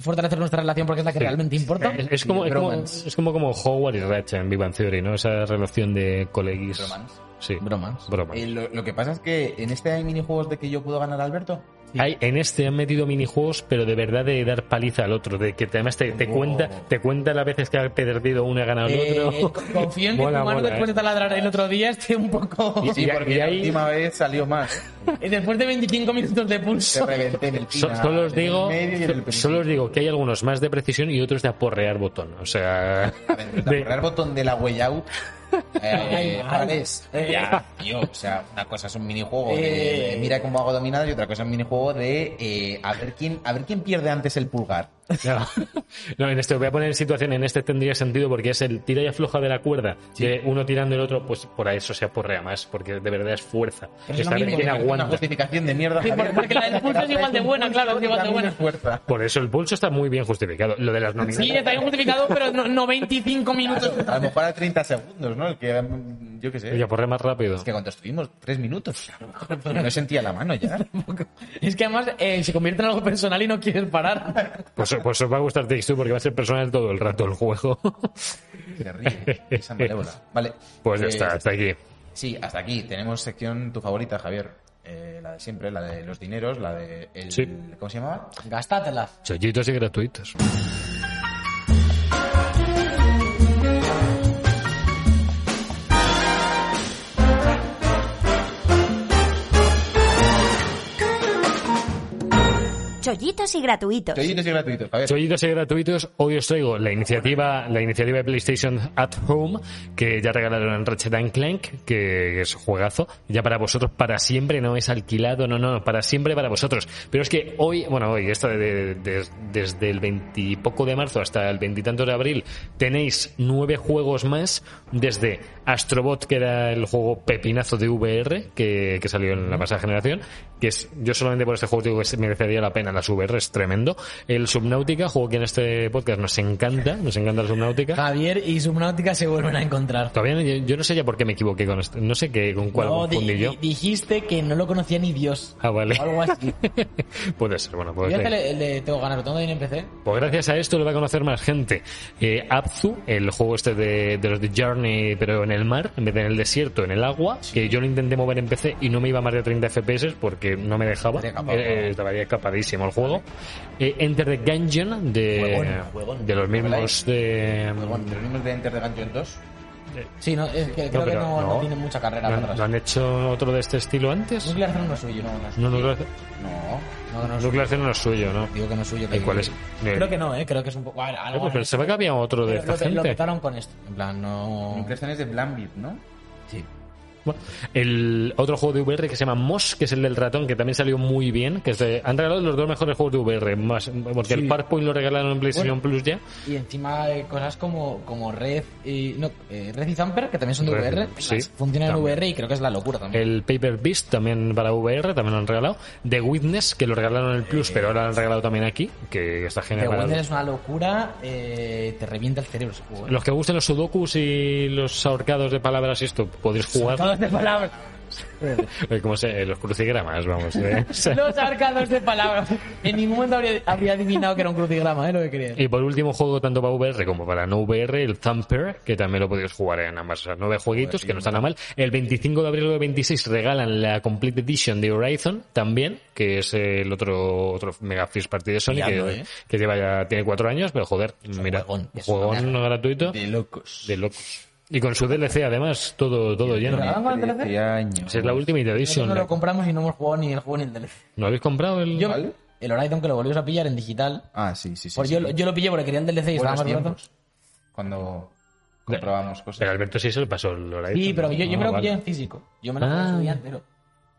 S3: fortalecer nuestra relación porque es la que realmente importa?
S1: Es, es como, es, como,
S3: Bromance.
S1: es como, como Howard y Ratchet en Vivan Theory, ¿no? Esa relación de colegis.
S2: Romance.
S1: Sí.
S3: Bromas.
S1: Broma.
S2: Eh, lo, lo que pasa es que en este hay minijuegos de que yo puedo ganar a Alberto.
S1: Hay, en este han metido minijuegos, pero de verdad de dar paliza al otro, de que te- además te, te
S2: Oh.
S1: cuenta, te cuenta las veces que ha perdido uno y ha ganado el
S3: Eh,
S1: otro.
S3: co- confío en que
S1: Mola,
S3: tu mano
S1: mola,
S3: después
S1: eh.
S3: de taladrar el otro día esté un poco... eh,
S2: Y sí,
S1: Y-
S2: porque
S1: y
S2: la
S1: ahí-
S2: última vez salió más.
S3: después de 25 minutos de
S2: Se
S3: pulso.
S2: reventé en el
S1: So-
S2: final,
S1: solo os
S2: en el
S1: digo,
S2: medio y en el
S1: solo os digo que hay algunos más de precisión y otros de aporrear botón. O sea,
S2: principio.
S1: de-
S2: Apretar el botón de la way out. Eh, ¿cuál es? Ya, tío, o sea, una cosa es un minijuego de,
S3: Eh.
S2: de mira cómo hago dominada y otra cosa es un minijuego de eh, a ver quién a ver quién pierde antes el pulgar.
S1: No, No, en este voy a poner en situación, en este tendría sentido porque es el tira y afloja de la cuerda, de uno tirando el otro, pues por eso se aporrea más, porque de verdad es fuerza.
S2: Es
S1: Es
S2: lo
S1: saber
S2: mismo,
S1: quién
S2: es una
S1: aguanta.
S2: justificación de mierda.
S3: Sí,
S2: Javier.
S3: porque la del pulso es igual de buena, claro, es igual de buena.
S2: Fuerza.
S1: Por eso el pulso está muy bien justificado. Lo de las
S3: Sí,
S1: nominaciones.
S3: está bien justificado, pero no, no 25 minutos.
S2: A lo mejor a 30 segundos, ¿no? El que mm, yo qué sé.
S1: Y aporrea más rápido.
S2: Es que cuando estuvimos, tres minutos. No sentía la mano ya.
S3: Es que además eh, se convierte en algo personal y no quieres parar.
S1: Pues, pues os va a gustar Takes-Two porque va a ser personal todo el rato el juego.
S2: Se ríe. Esa malévola. Vale.
S1: Pues ya
S2: eh,
S1: está, hasta aquí.
S2: Sí, hasta aquí. Tenemos sección tu favorita, Javier. eh, la de siempre, la de los dineros, la de... el-
S1: Sí.
S2: ¿Cómo se llamaba?
S3: Gastátela.
S1: Chollitos y gratuitos.
S4: Chollitos y gratuitos.
S2: Chollitos y gratuitos, Javier.
S1: Chollitos y gratuitos, hoy os traigo la iniciativa, la iniciativa de PlayStation at Home, que ya regalaron en Ratchet and Clank, que es juegazo, ya para vosotros para siempre, no es alquilado, no, no, para siempre para vosotros. Pero es que hoy, bueno, hoy, esto de- de- des- desde el veintipoco de marzo hasta el veintitantos de abril, tenéis nueve juegos más, desde Astrobot, que era el juego pepinazo de VR, que, que salió en la pasada generación, que es, yo solamente por este juego digo que se merecería la pena las VR, es tremendo. El Subnautica, juego que en este podcast nos encanta, nos encanta el Subnautica.
S3: Javier y Subnautica se vuelven a encontrar.
S1: Todavía no- yo, yo no sé ya por qué me equivoqué con este, no sé qué, con cuál
S3: No, di-
S1: confundí yo.
S3: di- dijiste que no lo conocía ni Dios.
S1: Ah, vale.
S3: O algo así.
S1: Puede ser, bueno, puede
S3: Voy a
S1: ser.
S3: hacer el de Tengo ganas, lo tengo en PC.
S1: Pues gracias a esto lo va a conocer más gente. Eh, Abzu, el juego este de, de los de Journey, pero en el mar, en vez de en el desierto, en el agua, que yo lo intenté mover en PC y no me iba más de 30 FPS porque no me dejaba.
S2: Estaría escapado.
S1: Eh, eh, estaba ya escapadísimo el juego. Eh, Enter the Gungeon, de,
S2: Juegón, juegón.
S1: de los mismos de...
S2: Pues bueno, los mismos de Enter the Gungeon 2.
S3: Sí, no, es que creo que
S1: pero
S3: no, no
S1: no.
S3: tiene mucha carrera
S1: ¿No
S3: para
S1: han,
S3: atrás.
S1: no han hecho otro de este estilo antes?
S3: Nuclear Throne no es suyo, no, no es
S1: No, Nuclear,
S2: No.
S3: No, no,
S1: Nuclear Cell no es suyo, ¿no?
S3: digo que no es suyo.
S1: ¿Y
S3: que-
S1: cuál es?
S3: Creo que no, eh, creo que es un poco... Bueno,
S1: Eh,
S3: algo
S1: pues pensaba que había otro de
S3: pero
S1: esta
S3: lo, lo
S1: gente.
S3: petaron con esto. En plan,
S1: Oh.
S3: no...
S2: Nuclear Throne es de Blambit, ¿no?
S3: Sí.
S1: Bueno, el otro juego de VR que se llama Moss, que es el del ratón, que también salió muy bien. que es de- Han regalado los dos mejores juegos de VR, más, porque el Parpoint lo regalaron en PlayStation Plus ya.
S3: Y encima eh, cosas como, como Red y... No, eh, Red y Zamper, que también son de
S1: Red,
S3: VR.
S1: sí,
S3: las Funcionan en
S1: también.
S3: VR y creo que es la locura también.
S1: El Paper Beast también para VR, también lo han regalado. The Witness, que lo regalaron en el Plus, pero ahora lo han regalado también aquí, que está
S3: The
S1: genial. para-
S3: Witness es una locura, eh, te revienta el cerebro ese juego. eh.
S1: Los que gusten los sudokus y los ahorcados de palabras y esto, podéis jugar
S3: Ahorcados de palabras.
S1: eh, como se, eh, los crucigramas, vamos. eh. O sea,
S3: Los arcados de palabras. En ningún momento habría, habría adivinado que era un crucigrama, ¿eh? Lo que quería.
S1: Y por último, juego tanto para VR como para no VR, el Thumper, que también lo podéis jugar en ambas. O sea, nueve jueguitos, que no está nada mal. El 25 de abril de 26 regalan la Complete Edition de Horizon, también, que es el otro, otro mega first party de Sony, que, que lleva ya, tiene cuatro años, pero joder, mira,
S3: juegón, ¿eh? es
S1: juegón
S3: una
S1: gratuito
S2: De locos.
S1: de locos. Y con su DLC, además, todo, todo lleno.
S3: ¿Regalaban con el DLC?
S2: Trece años.
S1: Esa es la Ultimate
S3: Nosotros
S1: Edition.
S3: no
S1: la-
S3: lo compramos y no hemos jugado ni el juego ni el DLC.
S1: ¿No habéis comprado el...?
S3: Yo,
S2: ¿Vale?
S3: El Horizon que lo volvimos a pillar en digital.
S2: Ah, sí, sí, sí.
S3: Pues
S2: sí.
S3: yo, lo- yo lo pillé porque quería el DLC y
S2: Buenos
S3: estaba más barato.
S2: tiempos. Cuando comprobamos cosas.
S1: Pero Alberto sí se lo pasó el Horizon.
S3: Sí, pero yo, yo
S1: Ah,
S3: me lo
S1: vale.
S3: pillé en físico. Yo me lo
S1: Ah.
S3: jugué en su día entero.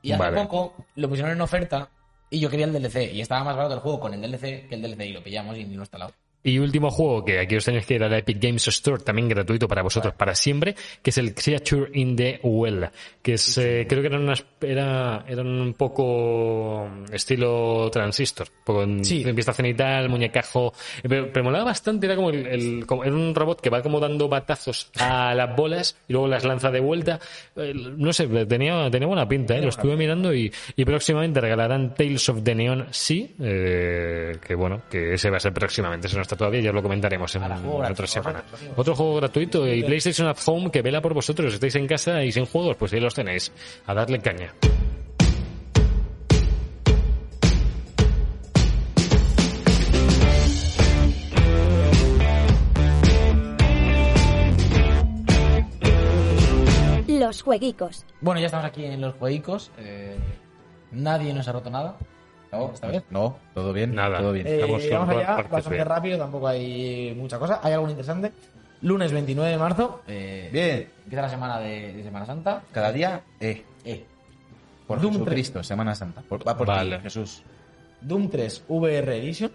S3: Y hace
S1: Vale.
S3: poco lo pusieron en oferta y yo quería el DLC. Y estaba más barato el juego con el DLC que el DLC y lo pillamos y ni lo instalado.
S1: Y último juego que aquí os tenéis que ir a la Epic Games Store, también gratuito para vosotros para siempre, que es el Creature in the Well, que es, eh, creo que eran unas, era, eran un poco estilo transistor, un poco en, en vista cenital, muñecajo, eh, pero, pero molaba bastante, era como el, el- como- era un robot que va como dando batazos a las bolas y luego las lanza de vuelta, Eh, no sé, tenía, tenía buena pinta, ¿eh? lo estuve mirando y, y próximamente regalarán Tales of the Neon sí eh, que bueno, que ese va a ser próximamente, eso no está todavía, ya lo comentaremos en, en otra semana. Otro juego gratuito y PlayStation at Home que vela por vosotros, estáis en casa y sin juegos, pues ahí los tenéis, a darle caña.
S5: Los jueguicos.
S3: Bueno, ya estamos aquí en los jueguicos. eh, nadie nos ha roto nada.
S2: No,
S3: esta vez.
S2: No, todo bien.
S1: Nada.
S2: Todo bien.
S1: Eh, Estamos
S6: Eh,
S1: con
S6: vamos
S1: todas
S6: allá,
S1: partes
S6: bastante
S1: bien.
S6: rápido, tampoco hay mucha cosa. Hay algo interesante. Lunes 29 de marzo. eh,
S2: Bien.
S3: Empieza la semana de, de Semana Santa.
S2: Cada día, eh.
S3: Eh,
S2: Por
S6: Doom
S2: Jesucristo, Semana Santa. Por- va por
S1: Vale.
S2: ti, Jesús.
S6: Doom 3 VR Edition.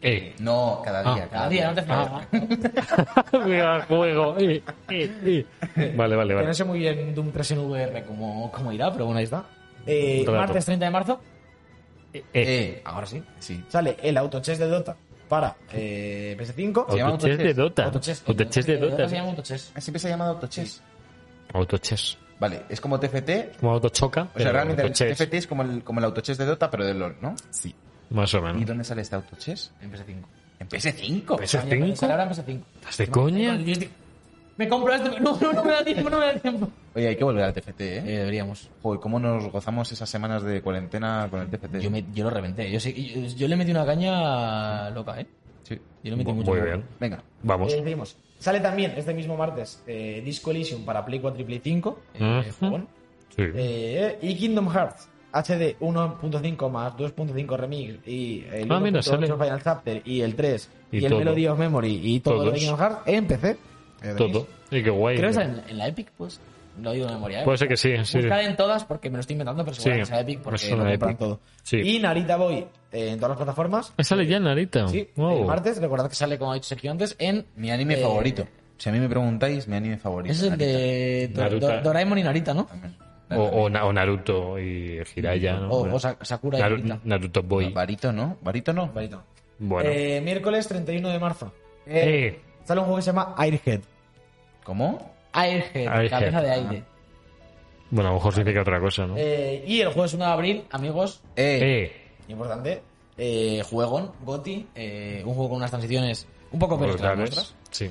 S1: Eh.
S2: No, cada día.
S1: Ah.
S3: Cada día, no te fijas.
S1: Mira el juego. Eh, eh, eh. Vale, vale,
S6: Que
S1: vale.
S6: no sé muy bien Doom 3 en VR
S3: como, como irá, pero bueno, ahí está.
S6: Eh,
S1: Relato.
S6: martes 30 de marzo
S1: Eh, eh.
S2: Eh,
S3: Ahora sí.
S2: sí.
S6: sale el Autochess de Dota para eh, PS5.
S2: se llama
S1: Autochess de
S2: Autochess.
S1: Dota.
S3: Autochess.
S1: Autochess de
S3: El
S1: Dota.
S3: Se llama Autochess.
S2: Ah, Siempre se ha llamado Autochess.
S1: Autochess.
S2: Vale, es como TFT.
S1: Como autochoca.
S2: O sea,
S1: pero
S2: realmente el
S1: autochess.
S2: TFT es como el, como el autochess de Dota, pero de LOL, ¿no? Sí.
S1: Más o
S2: ¿Y
S1: menos.
S2: dónde sale este autochess?
S3: En PS5.
S2: En PS5.
S3: Ah,
S1: ¿PS5?
S3: Ahora en PS5.
S1: ¿Estás de coña?
S3: Yo estoy- Me compro este. No, no, no me da tiempo, no me da tiempo.
S2: Oye, hay que volver al TFT, ¿eh?
S3: Eh, deberíamos.
S2: Joder, ¿cómo nos gozamos esas semanas de cuarentena con el TFT?
S3: Yo, me- yo lo reventé. Yo, sé- yo, yo le metí una caña loca, ¿eh?
S2: Sí.
S3: Yo le metí mucho.
S1: Muy bien.
S2: Venga.
S1: Vamos.
S6: Eh, seguimos. Sale también este mismo martes eh, Disco Elysium para Play 4 y Play 5. eh,
S1: Ujú.
S6: jugón.
S1: Sí.
S6: Eh, y Kingdom Hearts HD 1.5 más 2.5 Remix y eh, el
S1: Ah, mira,
S6: 1.8
S1: sale.
S6: Final Chapter y el 3
S1: Y
S6: y, el
S1: todo.
S6: Melody of Memory y todo lo de
S1: Todos.
S6: Kingdom Hearts en PC. Eh, tenéis.
S1: Todo. Y qué guay.
S3: Creo que está en, en la Epic, pues. Lo digo de memoria, ¿eh?
S1: Puede ser que sí, sí.
S3: Buscad en todas porque me lo estoy inventando, pero
S1: Sí,
S3: seguro que sea Epic
S1: me
S3: porque
S1: suena
S3: lo
S1: a
S3: compran
S1: Epic.
S3: todo.
S1: Sí.
S6: Y Narita Boy eh, en todas las plataformas.
S1: Ah, Sale ya Narita. Oh.
S6: Sí,
S1: Wow.
S6: el martes, recordad que sale, como ha dicho Sergio antes, en...
S2: Mi anime
S6: eh,
S2: favorito. Si a mí me preguntáis, mi anime favorito.
S3: Ese es el
S2: Narita.
S3: de Do-
S1: Naruto.
S3: Do- Doraemon y Narita, ¿no?
S2: También.
S1: O, o Na- o Naruto y Hiraya, ¿no?
S3: O, o Sa- Sakura y
S1: Naru-
S3: Narita.
S1: Naruto Boy.
S2: Barito, ¿no? Barito, ¿no?
S6: Varito.
S1: Bueno.
S6: Eh, miércoles 31 de marzo.
S1: Eh,
S6: Sale un juego que se llama Airhead.
S2: ¿Cómo?
S3: Airhead,
S1: Airhead.
S3: cabeza de aire.
S1: Ah. Bueno, a lo mejor significa otra cosa, ¿no? Eh.
S6: Eh, y el jueves 1 de abril, amigos,
S2: Eh,
S6: importante,
S3: Eh, juegón, Goti, eh, un juego con unas transiciones un poco peores que las
S1: brutales.
S3: nuestras.
S1: Sí.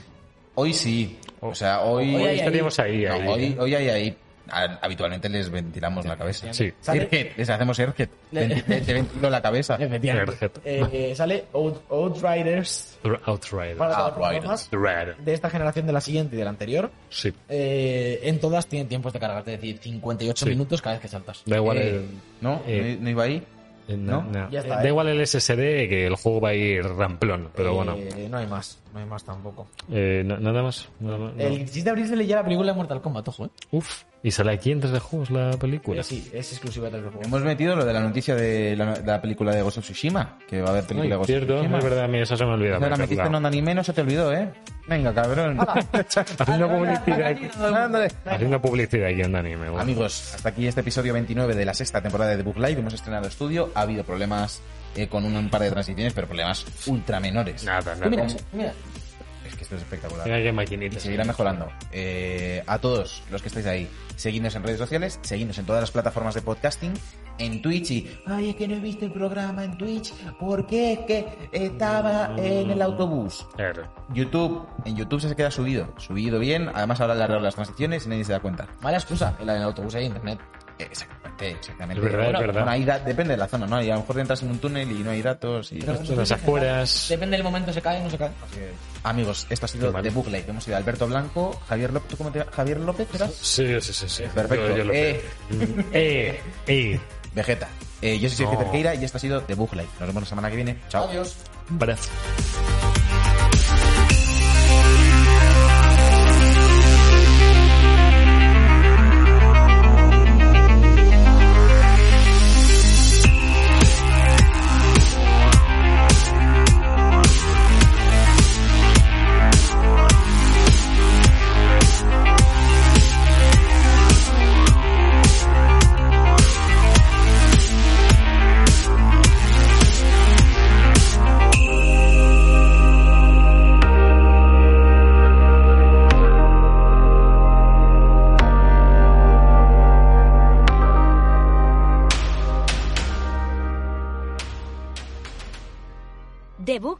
S2: Hoy sí. O sea, hoy.
S1: Hoy
S3: hay
S1: estaríamos ahí, eh.
S2: No,
S1: ahí.
S2: hoy, hoy hay ahí. a- Habitualmente les ventilamos la cabeza.
S1: Sí.
S6: Sale-
S2: Airhead, les hacemos airhead. Venti- Te te ventilo la cabeza.
S1: Airhead.
S6: eh, eh, sale Out- Outriders
S1: Ah, Outriders.
S6: para
S2: Outriders.
S6: todas las plataformas
S1: Red.
S6: de esta generación, de la siguiente y de la anterior.
S1: Sí.
S3: Eh, en todas tienen tiempos de cargarte, es decir, 58 minutos cada vez que saltas.
S1: Da igual
S2: Eh, ¿No?
S1: Eh.
S2: ¿No iba ahí?
S1: el. no,
S2: ¿no?
S1: no.
S6: Ya está,
S1: Da
S6: eh.
S1: igual el SSD que el juego va a ir ramplón, pero
S6: Eh,
S1: bueno.
S6: No hay más, no hay más tampoco.
S1: Eh, na- nada más. nada más, no.
S6: El 16 de abril sale ya la película
S3: La
S6: de Mortal
S3: Mortal Kombat, ojo, eh.
S1: Uf. ¿Y sale aquí en 3D Juegos la
S6: Kombat.
S1: película?
S6: Eh, Sí, es exclusiva de los juegos.
S2: Hemos metido lo de la noticia de la, de la película de Ghost of Tsushima, que va a haber película de Ghost
S1: Cierto,
S2: of
S1: es
S2: Tsushima.
S1: verdad, a mí esa se me olvida.
S2: No la metiste en onda ni menos, se te olvidó, ¿eh? Venga, cabrón. Ah,
S1: Haciendo publicidad. Haciendo publicidad aquí en anime. bueno.
S2: Amigos, hasta aquí este episodio 29 de la sexta temporada de The Book Live. Hemos estrenado estudio. Ha habido problemas eh, con un par de transiciones, pero problemas ultra menores.
S1: Nada,
S3: Tú Mira,
S1: nada.
S3: mira,
S2: Es que esto es espectacular.
S1: Mira qué
S2: y
S1: maquinitas.
S2: seguirá mejorando. Eh, a todos los que estáis ahí, seguidnos en redes sociales, seguidnos en todas las plataformas de podcasting, en Twitch y... Ay, es que no he visto el programa en Twitch porque es que estaba en el autobús.
S1: Er.
S2: YouTube, en YouTube se queda subido, subido bien, además ahora le arreglo las transiciones y nadie se da cuenta.
S3: mala excusa, el, el autobús ahí, internet.
S2: Exactamente, exactamente.
S1: Es verdad, es verdad.
S2: bueno, hay da- depende de la zona, ¿no? Y a lo mejor entras en un túnel y no hay datos y...
S1: Las afueras.
S3: Depende del momento, se cae o no se cae.
S2: Amigos, esto ha sido
S1: Qué mal.
S2: The Book Live. Hemos ido a Alberto Blanco, Javier López, ¿tú cómo te llamas? Javier López, ¿eras?
S1: Sí, sí, sí. sí.
S2: Perfecto.
S1: Yo- yo lo
S2: Eh.
S1: sé. Eh, eh.
S2: Vegeta. Eh, yo soy Sergio
S1: No.
S2: Cerqueira y esto ha sido The Book Live. Nos vemos la semana que viene. Chao.
S3: Adiós.
S1: Brazo.
S4: The Book